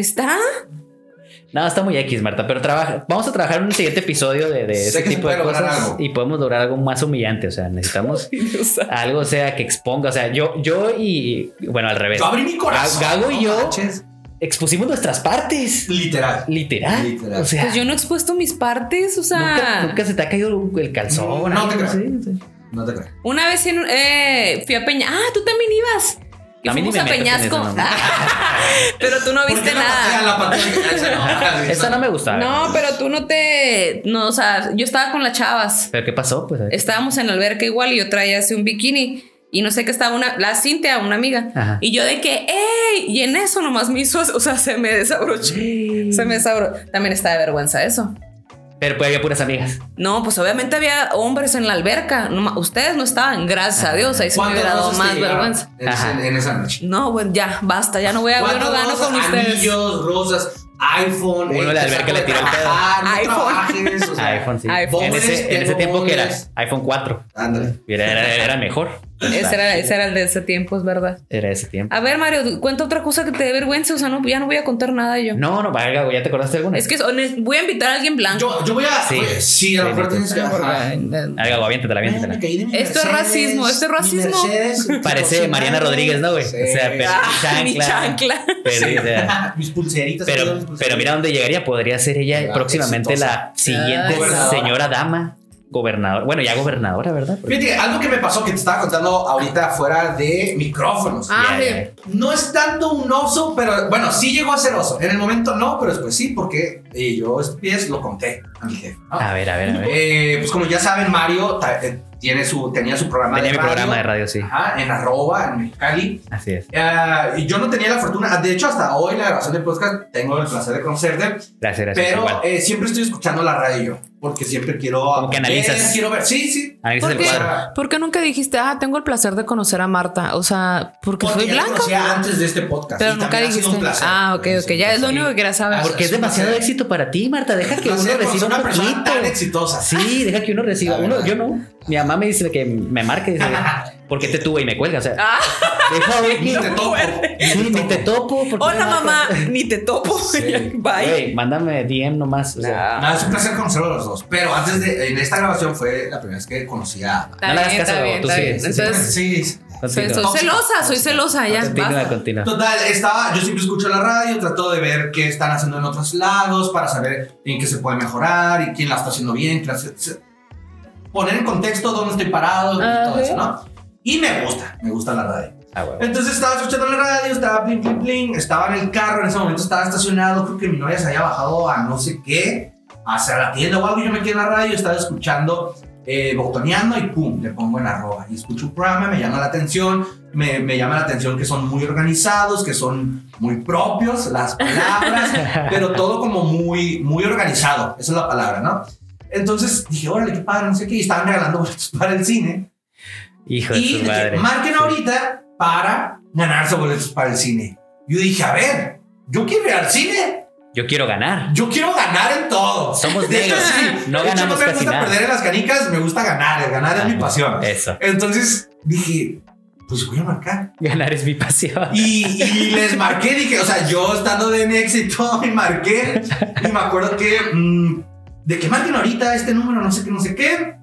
S1: *laughs*
S2: está.
S1: No, está muy X, Marta, pero trabaja. Vamos a trabajar en un siguiente episodio de, de
S3: Sé
S1: ese
S3: que se
S1: tipo de
S3: puede lograr
S1: cosas
S3: algo.
S1: y podemos lograr algo más humillante. O sea, necesitamos algo, o sea, que exponga. O sea, yo, yo y bueno, al revés.
S3: Yo abrí mi corazón.
S1: Gago y
S3: no
S1: yo-
S3: manches.
S1: Expusimos nuestras partes.
S3: Literal.
S1: Literal.
S3: Literal.
S1: O sea,
S2: Pues yo no he expuesto mis partes, o sea.
S1: nunca, nunca se te ha caído el calzón.
S3: No, no
S1: algo,
S3: te creo.
S1: sí, sí.
S3: No te creas.
S2: Una vez en, eh, fui a Peña. Ah, tú también ibas. Y
S1: A mí ni
S2: fuimos
S1: me
S2: a
S1: metas en
S2: Peñasco.
S1: eso, mamá.
S2: *laughs* pero tú no
S3: ¿Por
S2: viste
S3: qué no patea
S2: nada. *laughs*
S3: la pantalla? Esa no.
S1: Esa no me gustaba.
S2: No, pero tú no te. No, o sea, yo estaba con las chavas.
S1: ¿Pero qué pasó? Pues,
S2: Estábamos en la alberca igual y yo traía así un bikini. Y no sé qué estaba una, la Cintia, una amiga.
S1: Ajá.
S2: Y yo de que, ¡ey! Y en eso nomás me hizo, o sea, se me desabrochó. Se me desabrochó. También está de vergüenza eso.
S1: Pero pues había puras amigas.
S2: No, pues obviamente había hombres en la alberca. No ma- ustedes no estaban, gracias a Dios. Ahí se me
S3: ¿Cuántas
S2: hubiera dado
S3: rosas te
S2: más
S3: llegaron
S2: vergüenza.
S3: en-
S1: Ajá.
S3: en- en esa noche?
S2: No, bueno, ya, basta, ya no voy a yo no
S3: ¿Cuántas
S2: gano
S3: rosas,
S2: con ustedes.
S3: Anillos, rosas, iPhone.
S1: Uno
S3: eh,
S1: de la
S3: que
S1: alberca
S3: saco
S1: le
S3: de
S1: tiró el pedo.
S3: trabajar, no
S2: iPhone.
S3: trabajes, o sea,
S1: iPhone, sí.
S2: iPhone.
S1: En ese, en ese tiempo que era
S3: Bombones,
S1: iPhone 4.
S3: Ándale.
S1: Era, era- era mejor.
S2: Ese era, ese era el de ese tiempo, es verdad.
S1: Era ese tiempo.
S2: A ver, Mario, cuenta otra cosa que te dé vergüenza. O sea, no, ya no voy a contar nada yo.
S1: No, no, valga, güey, ¿ya te acordaste de alguna?
S2: Es que son- voy a invitar a alguien blanco.
S3: Yo, yo voy a.
S1: Sí.
S3: Sí, sí a lo mejor
S1: Sí,
S3: *laughs* tienes que. ajá.
S1: Algo, aviéntatela,
S3: Ay,
S2: Ah,
S1: aviéntatela.
S3: me caí de mi
S2: Esto es
S3: Mercedes,
S2: racismo, esto es
S3: mi
S2: racismo.
S3: Mercedes,
S1: *laughs*
S3: mi
S1: Parece
S3: cocinado.
S1: Mariana Rodríguez, ¿no, güey?
S3: Sí.
S1: O sea, pero
S2: Ah, mi chancla.
S1: Pero, o
S3: *laughs*
S1: sea,
S3: mis pulseritas. todas mis
S1: pero,
S3: pulseritas.
S1: pero mira dónde llegaría. Podría ser ella
S3: Ah,
S1: próximamente la
S3: pues, exitosa.
S1: siguiente
S2: Ah,
S3: gobernadora.
S1: señora dama gobernador. Bueno, ya gobernadora, ¿verdad? Porque-
S3: Fíjate, algo que me pasó que te estaba contando ahorita fuera de micrófonos.
S2: Ah,
S1: Ya,
S2: sí.
S1: ya, ya.
S3: No es tanto un oso, pero bueno, sí llegó a ser oso. En el momento no, pero después sí, porque eh, yo pies lo conté a mi jefe. ¿no?
S1: A ver, a ver, a ver.
S3: Eh, pues como ya saben, Mario ta- eh, tiene su, tenía su programa
S1: Tenía mi
S3: de radio.
S1: programa de radio, sí.
S3: Ajá, en arroba, en Mexicali.
S1: Así es.
S3: Ah, y yo no tenía la fortuna, de hecho hasta hoy la grabación del podcast tengo el placer de conocerte,
S1: Gracias, gracias.
S3: pero
S1: igual.
S3: eh, siempre estoy escuchando la radio, porque siempre quiero...
S1: Como que analizas.
S3: aprender, Quiero ver, sí, sí.
S1: Analizas el
S2: ¿por qué?
S1: cuadro.
S2: ¿Por qué nunca dijiste, ah, tengo el placer de conocer a Marta? O sea, porque, soy
S3: ya la
S2: blanca.
S3: conocía antes de este podcast.
S2: Pero
S3: y
S2: nunca
S3: también ha sido
S2: dijiste.
S3: un placer.
S2: Ah, ok, ok. Ya es lo único que quería saber.
S3: Ah,
S1: Porque es
S3: es un
S1: demasiado
S3: placer.
S1: éxito para ti, Marta. Deja que
S3: No
S1: uno
S3: sé, conocí
S1: reciba
S3: una
S1: un
S3: persona tan
S1: poquito.
S3: exitosa.
S1: Sí, deja que uno reciba.
S3: La
S1: Uno,
S3: verdad.
S1: yo no. Mi mamá me dice que me marque. Dice, ¿por qué te tuve y me cuelga? O
S2: *laughs*
S1: sea,
S2: Ah.
S1: deja de
S3: Ni te topo.
S1: Sí, ni te
S3: topo.
S1: topo. ¿por qué me
S2: Hola,
S1: marcas?
S2: mamá. Ni te topo. Bye.
S1: Güey, mándame DM nomás. O sea,
S3: No, es un placer conocerlo a los dos. Pero antes de. En esta grabación fue la primera vez que conocí a.
S2: Está
S1: No le hagas
S2: bien,
S1: caso,
S2: está
S1: Gabo,
S2: bien,
S1: tú
S2: está
S1: sigue,
S2: bien.
S1: tú
S2: Entonces,
S3: Sí. sí.
S1: continúa.
S2: soy soy celosa, soy celosa, ya.
S1: Continúa,
S2: basta.
S1: continúa.
S3: Total, estaba. Yo siempre escucho la radio, trato de ver qué están haciendo en otros lados para saber en qué se puede mejorar y quién la está haciendo bien. quién la hace- se- poner en contexto dónde estoy parado y todo
S2: Ajá.
S3: eso, ¿no? Y me gusta, me gusta la radio.
S1: Ah, güey.
S3: Entonces estaba escuchando la radio, estaba pling, pling, pling, estaba en el carro, en ese momento estaba estacionado, creo que mi novia se había bajado a no sé qué, hacia la tienda o algo, y yo me quedé en la radio, estaba escuchando, eh, botoneando y pum, le pongo en arroba. Y escucho un programa, me llama la atención, me, me llama la atención que son muy organizados, que son muy propios las palabras, pero todo como muy, muy organizado, esa es la palabra, ¿no? Entonces dije, órale, qué padre, no sé qué, y estaban regalando boletos para el cine.
S1: Hijo de
S3: Y
S1: su
S3: de que
S1: madre.
S3: marquen ahorita para ganarse boletos para el cine. Yo dije, a ver, yo quiero ir al cine.
S1: Yo quiero ganar.
S3: Yo quiero ganar en todo.
S1: Somos
S3: *laughs* de hecho,
S1: negros.
S3: sí.
S1: No
S3: De hecho,
S1: ganamos
S3: no me
S1: casi
S3: gusta
S1: nada.
S3: perder en las canicas, me gusta ganar. El ganar es mi
S1: Ajá, Eh.
S3: pasión.
S1: Eso.
S3: Entonces dije, pues voy a marcar.
S1: Ganar es mi pasión.
S3: Y, y les marqué, dije, o sea, yo estando de Nex y *laughs* todo, y marqué. Y me acuerdo que, mm, de que marquen ahorita este número, no sé qué, no sé qué.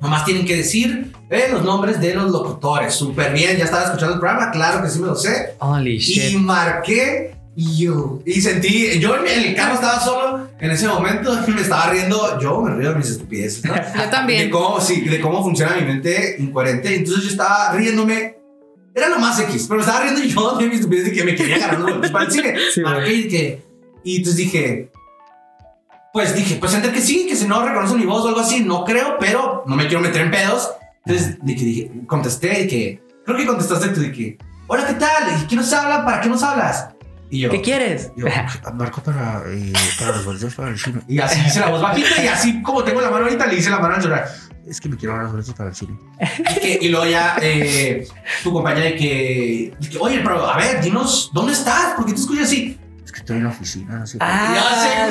S3: Nomás tienen que decir eh, los nombres de los locutores. Súper bien, ya estaba escuchando el programa, claro que sí me lo sé.
S1: Holy
S3: Y
S1: shit.
S3: marqué y yo, y sentí, yo en el carro estaba solo en ese momento, *laughs* me estaba riendo, yo me río de mis estupideces,
S2: *laughs*
S3: ¿no?
S2: Yo
S3: De
S2: también.
S3: cómo, sí, de cómo funciona mi mente incoherente. Entonces yo estaba riéndome. Era lo más X, pero me estaba riendo *laughs* yo de mi estupidez de que me quería ganar los boletos para el cine.
S1: Sí, güey.
S3: Marqué y que- Y entonces dije. Pues dije, pues entre que sí, que si no reconocen mi voz o algo así, no creo, pero no me quiero meter en pedos. Entonces dije, dije contesté y que. Creo que contestaste tú de que. Hola, ¿qué tal? ¿Y quién nos habla? ¿Para qué nos hablas? Y yo.
S1: ¿Qué quieres? *laughs*
S3: Yo, marco para, eh, para los boletos para el cine. Y así hice la voz bajita y así como tengo la mano ahorita le hice la mano al llorar. Es que me quiero dar los boletos para el cine. Y, que- y luego ya eh, tu compañera de que, de que, oye, pero a ver, dinos, ¿dónde estás? ¿Por qué te escuchas así? Es que estoy en la oficina, no sé.
S1: Ah,
S3: Y yo, "Ya".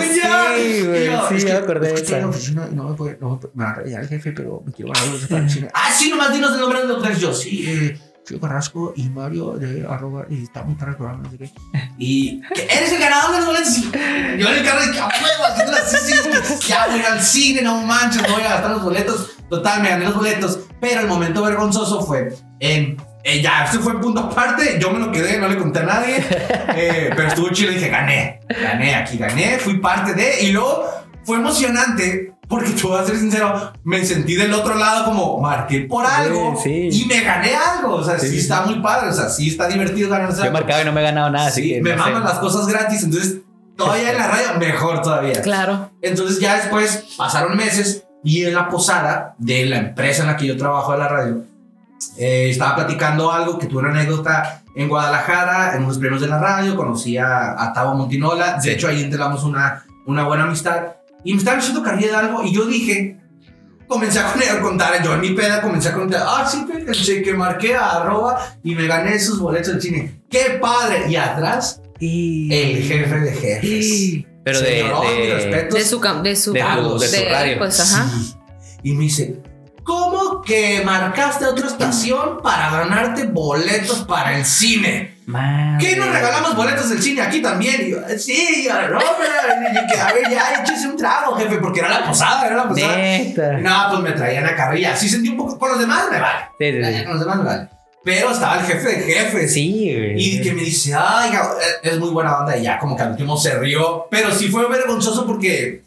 S1: sí, güey,
S3: Y yo,
S1: sí,
S3: "Es
S1: me
S3: que-
S1: acordé
S3: es que
S1: de
S3: estoy
S1: esa.
S3: en la oficina y no me puede, no me puede- me va a regañar el jefe, pero me quiero dar los boletos para el cine. Ah, sí, nomás dinos el nombre de los tres. Yo, sí, eh, soy Carrasco y Mario de arroba y está muy tarde el programa, no sé qué. Y ¿qué? eres el ganador de los boletos. Y Yo en el carro dije, "Ah, huevo, haciéndole así, sí, es que ya voy a ir al cine, no manches, no voy a gastar los boletos. Total, me gané los boletos. Pero el momento vergonzoso fue en. eh, ya, esto fue punto aparte. Yo me lo quedé, no le conté a nadie. eh, pero estuvo chido y dije, gané. Gané aquí, gané. Fui parte de. Y luego fue emocionante porque, te voy a ser sincero, me sentí del otro lado como marqué por algo
S1: Sí, sí.
S3: y me gané algo. O sea,
S1: Sí,
S3: sí,
S1: sí,
S3: está muy padre. O sea, sí está divertido ganarse
S1: Yo
S3: algo.
S1: marcaba y no me he ganado nada, así
S3: Sí,
S1: que.
S3: me
S1: no sé.
S3: maman las cosas gratis, entonces todavía en la radio, mejor todavía.
S2: Claro.
S3: Entonces ya después pasaron meses y en la posada de la empresa en la que yo trabajo de la radio, eh, estaba platicando algo que tuve una anécdota en Guadalajara, en unos premios de la radio, conocí a, a Tavo Montinola, de
S1: Sí.
S3: hecho ahí entablamos una, una buena amistad y me estaban haciendo carrilla de algo y yo dije... Comencé a *laughs* con- a contar, yo en mi peda comencé a contar, ah, sí, que, que marqué a arroba y me gané esos boletos del cine. ¡Qué padre! Y atrás,
S1: Y-
S3: el jefe de jefes.
S1: Pero de.
S3: Señor, mis
S1: de-
S3: respetos.
S2: De su cam- de su
S1: De
S3: tu- de tu
S1: radio.
S2: Pues ajá.
S3: Sí. Y me dice, ¿cómo que marcaste otra estación para ganarte boletos para el cine?
S1: Madre.
S3: ¿Qué nos regalamos boletos del cine aquí también? Y yo, sí, y yo, no, pero, y que, a ver, ya échese un trago, jefe, porque era la posada, era la posada.
S1: Neta.
S3: Y No, pues me traían a carrilla. Sí sentí un poco, con los demás me vale.
S1: Sí, sí, sí.
S3: Con los demás me vale. Pero estaba el jefe de jefes.
S1: Sí, güey.
S3: Y que me dice, ay, ga- eh, es muy buena onda. Y ya, como que al último se rió. Pero sí fue vergonzoso porque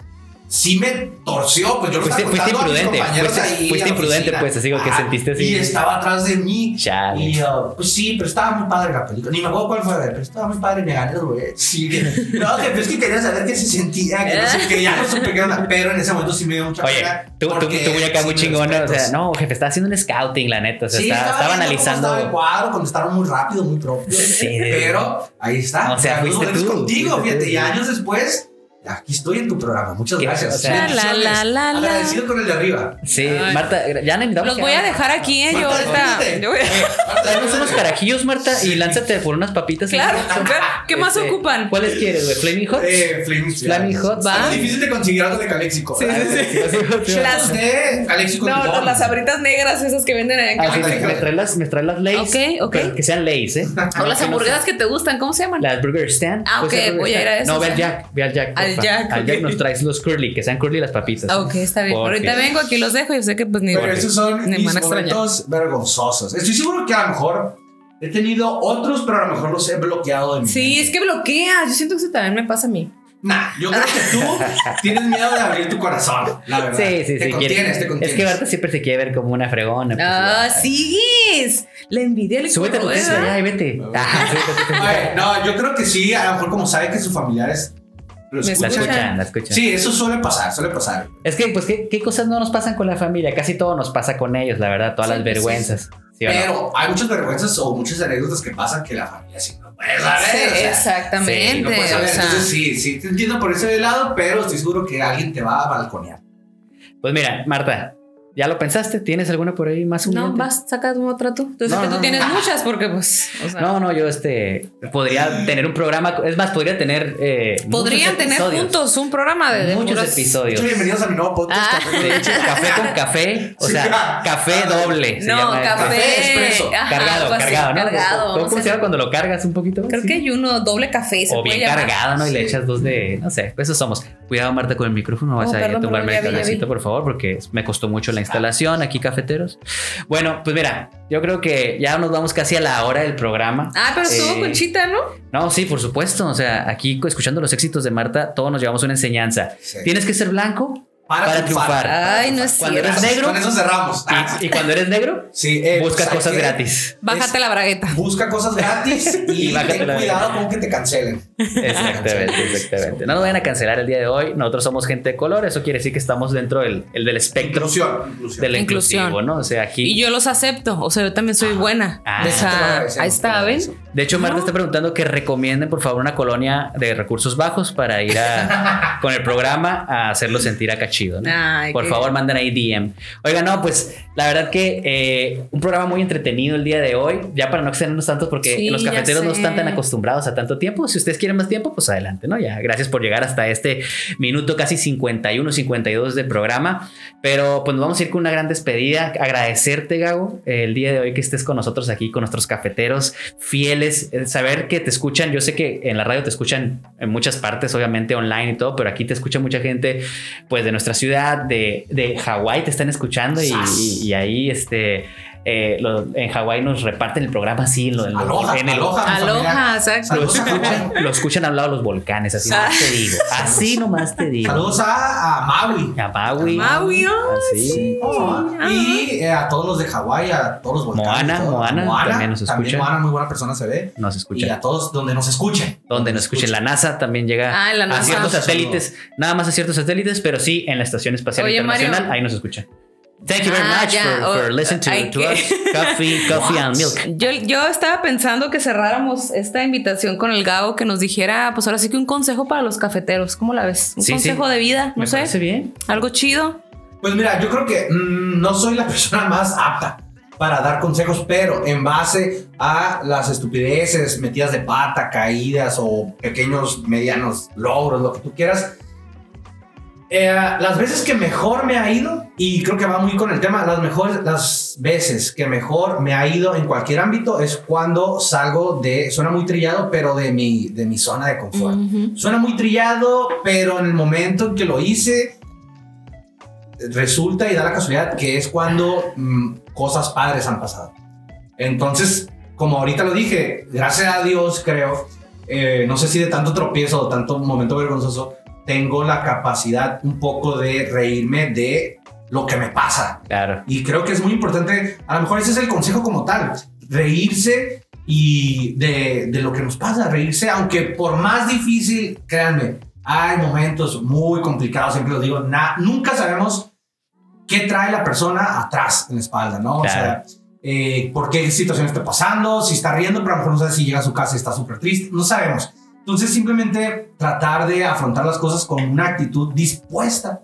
S3: sí me torció. Pues yo lo
S1: Fuiste-
S3: estaba
S1: fuiste
S3: contando a mis
S1: imprudente,
S3: compañeros
S1: fuiste-
S3: ahí
S1: fuiste
S3: en la
S1: imprudente,
S3: oficina.
S1: pues, así como que
S3: Ajá,
S1: sentiste así.
S3: Y estaba atrás de mí.
S1: Chale.
S3: Y yo, pues sí, pero estaba muy padre la película. Ni me acuerdo cuál fue, pero estaba muy padre y me gané los boletos. Sí, que- no, que, pero es que quería saber qué se sentía, que no sé qué, ya no supe qué onda. Pero en ese momento sí me dio mucha
S1: Oye,
S3: pena
S1: tú, tú,
S3: porque
S1: tú muy acá
S3: sí
S1: muy
S3: me
S1: chingón, ¿no? O sea,
S3: respetas.
S1: no, jefe, está haciendo un scouting, la neta. O sea,
S3: Sí,
S1: está-
S3: estaba
S1: estaba
S3: viendo cómo Estaba el
S1: analizando.
S3: cuadro, contestaron muy rápido, muy propio.
S1: Sí.
S3: Pero ahí está.
S1: O sea,
S3: Saludos
S1: fuiste tú,
S3: contigo,
S1: fuiste
S3: fíjate.
S1: tú.
S3: Y años después, aquí estoy en tu programa. Muchas
S1: Qué-
S3: gracias.
S1: o sea-
S2: La, la, la, la, la.
S3: Agradecido con el de arriba.
S1: Sí,
S2: Ay.
S1: Marta, ya necesitamos.
S2: Los
S1: que-
S2: voy a dejar aquí, eh. Yo
S3: Marta,
S2: ahorita.
S3: olvídate.
S2: yo voy a-
S3: Eh, Marta,
S1: Traemos unos
S3: olvídate.
S1: carajillos, Marta, y
S3: Sí. Ah,
S1: lánzate por unas papitas.
S2: Claro, ¿qué- ¿qué más
S1: Este,
S2: ocupan?
S1: ¿Cuáles quieres, güey? ¿Flaming Hot?
S3: Eh, Flaming Hot.
S1: Flaming Ah, Hot,
S3: Está
S2: va.
S3: difícil de conseguir algo de Caléxico.
S2: Sí, sí, sí. Las-
S3: De Caléxico.
S2: No, no,
S3: Limón.
S2: las abritas negras esas que venden allá en
S1: Ah, sí,
S2: Cali.
S3: Ándale,
S1: me
S3: ándale.
S1: trae las, me trae las Lays.
S2: Ok, ok.
S1: pero que sean Lays, ¿eh?
S2: O las hamburguesas que te gustan, ¿cómo se llaman?
S1: Las Burger Stand.
S2: Ah,
S1: ¿Puede
S2: ok,
S1: ser Burger
S2: voy a ir a
S1: Stand?
S2: esas,
S1: No, ve al
S2: ¿eh?
S1: Jack, ve al Jack.
S2: Al
S1: porfa.
S2: Jack,
S1: Al
S2: ok.
S1: Jack nos traes los curly, que sean curly las papitas.
S2: Ah, ok, está bien.
S1: Porque-
S2: Ahorita vengo, aquí los dejo. Yo sé que pues ni.
S3: Pero estos son
S2: Ni me
S3: mis
S2: van a extrañar.
S3: momentos vergonzosos. Estoy seguro que a lo mejor he tenido otros, pero a lo mejor los he bloqueado de mí.
S2: Sí, es que bloqueas. Yo siento que eso también me pasa a mí.
S3: Nah, yo creo que tú tienes miedo de abrir tu corazón, la verdad.
S1: Sí, sí,
S3: Te
S1: sí.
S3: contienes,
S1: quiere-
S3: te contienes.
S1: Es que Marta siempre se quiere ver como una fregona. pues,
S2: Ah,
S1: ya.
S2: sigues. La envidia le
S1: Súbete a tu
S2: corroe,
S1: Tesla,
S2: ¿verdad?
S1: ya, y vete. Ah, súbete a tu Tesla.
S3: Oye, no, yo creo que sí, a lo mejor como sabe que sus familiares lo
S2: Me
S1: La
S3: escuchan.
S1: escuchan, la escuchan.
S3: Sí, eso suele pasar, suele pasar.
S1: Es que, pues, ¿qué, qué cosas no nos pasan con la familia? Casi todo nos pasa con ellos, la verdad, todas
S2: Sí,
S1: las
S2: pues, sí.
S1: vergüenzas. ¿sí o no?
S3: Pero hay muchas vergüenzas o muchas anécdotas que pasan que la familia sí no puede saber.
S2: Sí,
S3: o sea,
S2: exactamente.
S3: no puede saber.
S2: o sea,
S3: Entonces sí, sí, te entiendo por ese lado, pero estoy seguro que alguien te va a balconear.
S1: Pues mira, Marta, ¿Ya lo pensaste? ¿Tienes alguna por ahí más humillante?
S2: No, vas, sacas otra tú. Entonces
S1: No,
S2: que tú
S1: no, no.
S2: tienes muchas porque pues... o sea,
S1: No, no, yo este podría tener un programa, es más, podría tener eh,
S2: podrían
S1: muchos
S2: tener
S1: episodios.
S2: juntos un programa de... de
S1: muchos
S2: puras-
S1: episodios.
S3: Muchos bienvenidos a mi nuevo podcast.
S2: Ah.
S3: Café con
S1: De hecho,
S3: Leche.
S1: café con café, o
S3: Sí.
S1: sea, café doble. se
S2: No,
S1: llama
S2: café...
S1: esto.
S3: expreso.
S2: ajá,
S1: Cargado,
S2: algo así,
S1: cargado, ¿no?
S2: Cargado.
S1: ¿Cómo
S2: no
S1: se
S2: sé.
S1: llama cuando lo cargas un poquito?
S2: Creo
S1: Sí.
S2: que hay uno doble café. Se
S1: o
S2: puede
S1: bien
S2: llamar.
S1: cargada, ¿no? Y le
S3: Sí.
S1: echas dos de, no sé, pues eso somos. Cuidado, Marta, con el micrófono, vas
S2: Oh,
S1: a
S2: perdón,
S1: tumbarme el
S2: perdón, ya vi, ya
S1: cablecito,
S2: vi.
S1: por favor, porque me costó mucho la instalación aquí, cafeteros. Bueno, pues mira, yo creo que ya nos vamos casi a la hora del programa.
S2: Ah, pero estuvo
S1: Eh,
S2: Conchita, ¿no?
S1: No, sí, por supuesto. O sea, aquí escuchando los éxitos de Marta, todos nos llevamos una enseñanza.
S3: Sí.
S1: Tienes que ser blanco
S3: Para,
S1: para triunfar.
S2: Ay, no es
S1: Cuando
S2: cierto.
S1: eres negro
S3: Con eso cerramos.
S1: y, y cuando eres negro,
S3: Sí, eh,
S1: busca
S3: pues, hay
S1: cosas
S3: que-
S1: gratis.
S2: Bájate la bragueta.
S3: Busca
S1: *laughs*
S3: cosas gratis y,
S1: Y bájate
S3: ten
S1: la-
S3: cuidado con que te cancelen.
S1: Exactamente, exactamente. No nos vayan a cancelar el día de hoy. Nosotros somos gente de color. Eso quiere decir que estamos dentro del, el del espectro
S3: Inclusión. inclusión.
S1: de la
S2: Inclusión.
S1: inclusivo, ¿no? O sea, aquí.
S2: Y yo los acepto. O sea, yo también soy buena.
S1: Ah.
S2: o
S3: Te lo
S2: sea,
S3: agradecemos,
S2: ahí
S3: te lo
S2: está, ¿ven?
S3: agradecemos.
S1: de hecho, Marta está preguntando que recomienden, por favor, una colonia de recursos bajos para ir a- con el programa a hacerlo sentir acá chido, ¿no?
S2: Ay,
S1: Por
S2: qué-
S1: favor, manden ahí DM. Oiga, no, pues la verdad que eh, un programa muy entretenido el día de hoy. Ya para no extendernos tanto, porque
S2: Sí,
S1: los
S2: ya
S1: cafeteros no
S2: sé.
S1: están tan acostumbrados a tanto tiempo. Si ustedes quieren más tiempo, pues adelante, ¿no? Ya, gracias por llegar hasta este minuto casi 51, 52 de programa. Pero pues nos vamos a ir con una gran despedida. Agradecerte, Gago, el día de hoy que estés con nosotros aquí, con nuestros cafeteros fieles. El saber que te escuchan, yo sé que en la radio te escuchan en muchas partes, obviamente online y todo, pero aquí te escucha mucha gente pues de nuestra ciudad, de, de Hawái, te están escuchando y, y- y ahí este, eh, lo- en Hawái nos reparten el programa así, en, lo- en lo-
S3: Aloha,
S1: en el-
S3: aloha, mi familia.
S2: Aloha, exacto.
S1: Lo
S3: Saludos a Hawái.
S1: escuchan, lo escuchan al lado de los volcanes, así nomás te digo. Así nomás te digo.
S3: Saludos a, a Maui.
S1: A Maui.
S2: Maui, ay,
S1: Así.
S3: Oh,
S2: Ah.
S3: y eh, a todos los de Hawái, a todos los volcanes.
S1: Moana,
S3: y todo.
S1: Moana, también nos escucha.
S3: Moana, muy buena persona se ve.
S1: Nos
S3: Y
S1: escuchan.
S3: a todos donde nos escuchen.
S1: Donde nos escuchen. La NASA también llega
S2: Ah, en la
S1: a
S2: NASA.
S1: ciertos
S3: Saludos.
S1: satélites. Nada más a ciertos satélites, pero sí en la Estación Espacial
S2: Oye,
S1: Internacional.
S2: Mario.
S1: Ahí nos escuchan. Thank you very
S2: Ah,
S1: much
S2: ya.
S1: for, for
S2: Oh,
S1: listening to,
S2: hay
S1: to
S2: que-
S1: us.
S2: *laughs*
S1: Coffee, coffee and milk.
S2: Yo, yo estaba pensando que cerráramos esta invitación con el Gabo que nos dijera, pues ahora sí que un consejo para los cafeteros. ¿Cómo la ves? Un
S1: Sí, sí.
S2: consejo de vida, no
S1: Me
S2: sé,
S1: parece bien.
S2: algo chido.
S3: Pues mira, yo creo que mm, no soy la *laughs* persona más apta para dar consejos, pero en base a las estupideces, metidas de pata, caídas o pequeños, medianos logros, lo que tú quieras. eh, las veces que mejor me ha ido, y creo que va muy con el tema, las mejores, las veces que mejor me ha ido en cualquier ámbito es cuando salgo de, suena muy trillado, pero de mi, de mi zona de confort.
S2: Ujú.
S3: Suena muy trillado, pero en el momento en que lo hice, resulta y da la casualidad que es cuando mm, cosas padres han pasado. Entonces, como ahorita lo dije, gracias a Dios creo, eh, no sé si de tanto tropiezo o tanto momento vergonzoso, tengo la capacidad un poco de reírme de lo que me pasa.
S1: Claro.
S3: Y creo que es muy importante, a lo mejor ese es el consejo como tal, reírse y de, de lo que nos pasa, reírse, aunque por más difícil, créanme, hay momentos muy complicados, siempre lo digo, na- nunca sabemos qué trae la persona atrás en la espalda, ¿no?
S1: Claro.
S3: O sea, eh, por qué situación está pasando, si está riendo, pero a lo mejor no sabe si llega a su casa y está súper triste, no sabemos. Entonces simplemente tratar de afrontar las cosas con una actitud dispuesta.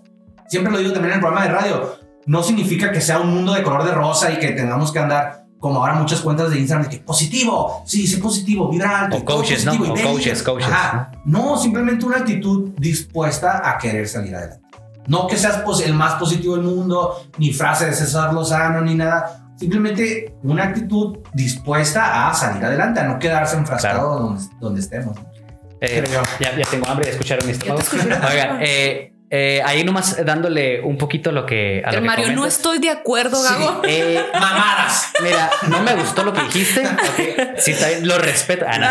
S3: Siempre lo digo también en el programa de radio, no significa que sea un mundo de color de rosa y que tengamos que andar como ahora muchas cuentas de Instagram de que positivo, sí, sé positivo, vibra alto.
S1: O
S3: y todo
S1: coaches, ¿no?
S3: positivo y
S1: O
S3: ve".
S1: coaches, coaches,
S3: Ajá. No, simplemente una actitud dispuesta a querer salir adelante. No que seas pues, el más positivo del mundo, ni frase de César Lozano, ni nada. Simplemente una actitud dispuesta a salir adelante, a no quedarse enfrascado donde, donde estemos. ¿no?
S1: Eh,
S3: Creo yo.
S1: ya, ya tengo hambre, ya escucharon mi estómago. Oigan, eh, eh, ahí nomás dándole un poquito a lo que. A lo
S2: El
S1: que
S2: Mario, no
S1: comentas.
S2: estoy de acuerdo,
S3: Sí.
S2: Gabo.
S1: Eh,
S3: Mamadas.
S1: Mira, no me gustó lo que dijiste. ok, Sí, está bien, lo respeto. Ah, no.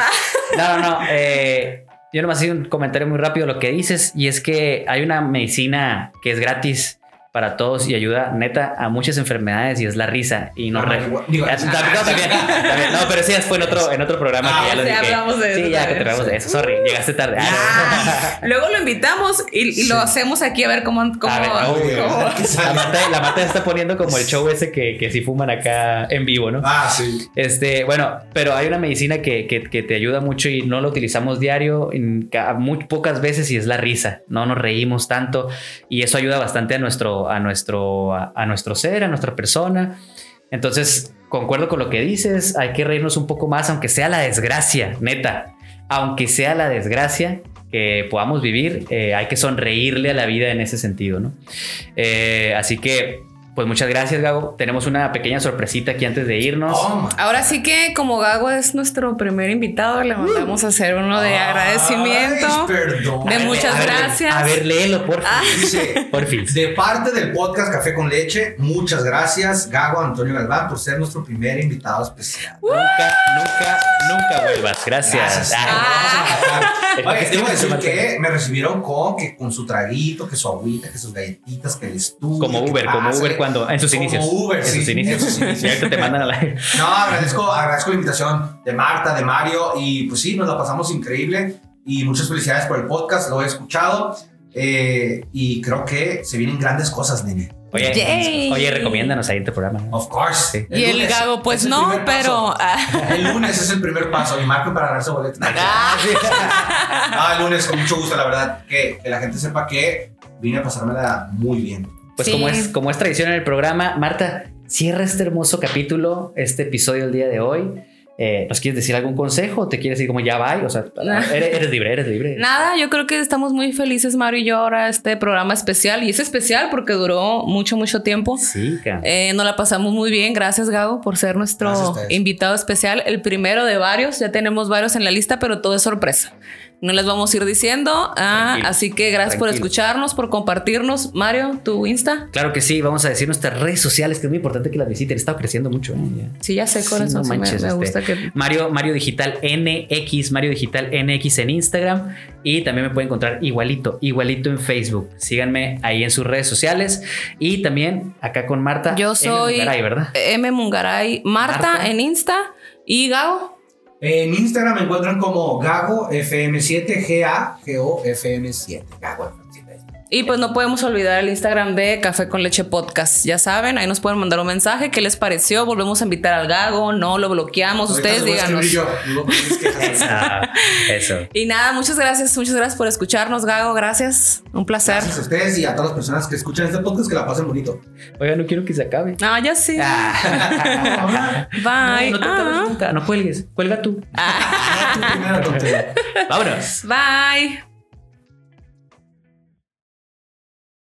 S1: No, no, no, eh, yo nomás hice un comentario muy rápido de lo que dices y es que hay una medicina que es gratis para todos y ayuda neta a muchas enfermedades y es la risa y no
S3: La
S1: re-
S3: marihuana- digo,
S1: Ah, también-
S3: *laughs*
S1: no, también- también. No, pero sí, fue en otro, en otro programa
S3: Ah,
S1: que ya lo
S2: sí,
S1: dije.
S2: hablamos de
S1: sí,
S2: eso
S1: ya que
S2: también.
S1: hablamos de eso. Sorry, llegaste tarde. Ah,
S2: Luego lo invitamos y, y lo hacemos aquí a ver cómo. cómo-
S1: A ver, obvio.
S2: cómo-
S3: Que
S1: no. La
S3: sale.
S1: Marta, la Marta está poniendo como el show ese que, que si fuman acá en vivo, ¿no?
S3: Ah, sí.
S1: Este, bueno, pero hay una medicina que, que- que te ayuda mucho y no la utilizamos diario, en ca- muy pocas veces y es la risa. No nos reímos tanto y eso ayuda bastante a nuestro, nuestro, a, nuestro, a, a nuestro ser, a nuestra persona. Entonces, concuerdo con lo que dices, hay que reírnos un poco más, aunque sea la desgracia, neta, aunque sea la desgracia que podamos vivir, eh, hay que sonreírle a la vida en ese sentido, ¿no? Eh, así que, pues muchas gracias, Gago. Tenemos una pequeña sorpresita aquí antes de irnos.
S3: Oh,
S2: Ahora sí que como Gago es nuestro primer invitado, le mandamos a hacer uno de
S3: ay,
S1: Ah,
S2: agradecimiento.
S3: perdón.
S2: de
S1: A ver,
S2: muchas
S1: a ver,
S2: gracias. Ah.
S1: A ver, léelo, por fin.
S3: Dice,
S1: Por fin.
S3: De parte del podcast Café con Leche, muchas gracias, Gago Antonio Galván, por ser nuestro primer invitado especial.
S1: Nunca, nunca, nunca vuelvas. Gracias.
S3: Nos
S1: Ah,
S3: vamos
S1: *laughs*
S3: a
S1: el
S2: pues,
S3: bajar. Oye,
S1: paquete
S3: debo
S1: que se
S3: decir
S1: marca.
S3: que me recibieron con, que, con su traguito, que su agüita, que sus galletitas, que el estudio.
S1: como
S3: que
S1: Uber, como
S3: pásale.
S1: Uber cuando en sus
S3: Como
S1: inicios.
S3: Uber,
S1: en
S3: sí,
S1: sus inicios.
S3: en sus inicios.
S1: Y ahorita te mandan a la.
S3: No, agradezco, agradezco la invitación de Marta, de Mario y pues sí, nos la pasamos increíble y muchas felicidades por el podcast, lo he escuchado eh, y creo que se vienen grandes cosas, nene.
S1: Oye,
S2: Yay.
S1: oye, recomiéndanos ahí en tu programa. ¿no?
S3: Of
S1: Sí.
S3: course.
S2: y el
S3: lunes
S2: Gago,
S3: es
S2: pues
S3: el
S2: no,
S3: primer
S2: pero...
S3: paso.
S2: ah.
S3: El lunes es el primer paso y marquen para ganarse boletos. *laughs* Ah, el lunes con mucho gusto, la verdad, que, que la gente sepa que vine a pasármela muy bien.
S1: Pues
S2: Sí.
S1: como, es, como es tradición en el programa, Marta, cierra este hermoso capítulo, este episodio del día de hoy. Eh, ¿Nos quieres decir algún consejo? ¿Te quieres decir como ya va? O sea,
S2: Ah.
S1: eres, eres libre, eres libre.
S2: Nada, yo creo que estamos muy felices, Mario y yo, ahora este programa especial. Y es especial porque duró mucho, mucho tiempo.
S1: Sí, ca-
S2: Eh, nos la pasamos muy bien. Gracias, Gago, por ser
S3: Gracias a
S2: nuestro
S3: ustedes.
S2: invitado especial. El primero de varios. Ya tenemos varios en la lista, pero todo es sorpresa. No les vamos a ir diciendo. Ah,
S1: Tranquilo,
S2: así que gracias por
S1: tranquilo.
S2: escucharnos, por compartirnos. Mario, tu Insta.
S1: Claro que sí, vamos a decir nuestras redes sociales, que es muy importante que las visiten. He estado creciendo mucho. eh, ya.
S2: Sí, ya sé,
S1: Sí,
S2: corazón.
S1: no
S2: sí me-
S1: manches,
S2: me,
S1: este,
S2: gusta que.
S1: Mario, Mario Digital NX, Mario Digital NX en Instagram y también me pueden encontrar igualito, igualito en Facebook. Síganme ahí en sus redes sociales y también acá con Marta.
S2: Yo
S1: en el
S2: soy-
S1: Monterrey,
S2: *laughs*
S1: ¿verdad?
S2: M. Mungaray, Marta,
S1: Marta.
S2: en Insta y Gago.
S3: En Instagram me encuentran como Gago FM7, G-A-G-O FM7. Gago FM7.
S2: Y pues no podemos olvidar el Instagram de Café con Leche Podcast. Ya saben, ahí nos pueden mandar un mensaje. ¿Qué les pareció? Volvemos a invitar al Gago. No lo bloqueamos.
S3: Ahorita
S2: Pues Ustedes
S3: les voy a
S2: díganos.
S3: escribir yo, no tienes quejas.
S1: Ah, eso.
S2: Y nada, muchas gracias, muchas gracias por escucharnos, Gago. Gracias. Un placer.
S3: Gracias a ustedes y a todas las personas que escuchan este podcast que la pasen bonito.
S1: Oiga, no quiero que se acabe.
S2: Ah, ya sí.
S3: Ahora,
S1: *laughs*
S2: Bye.
S1: no, no te acabes
S2: Ah.
S1: nunca, no cuelgues, cuelga tú.
S3: tú primero, tonto.
S1: Vámonos.
S2: Bye.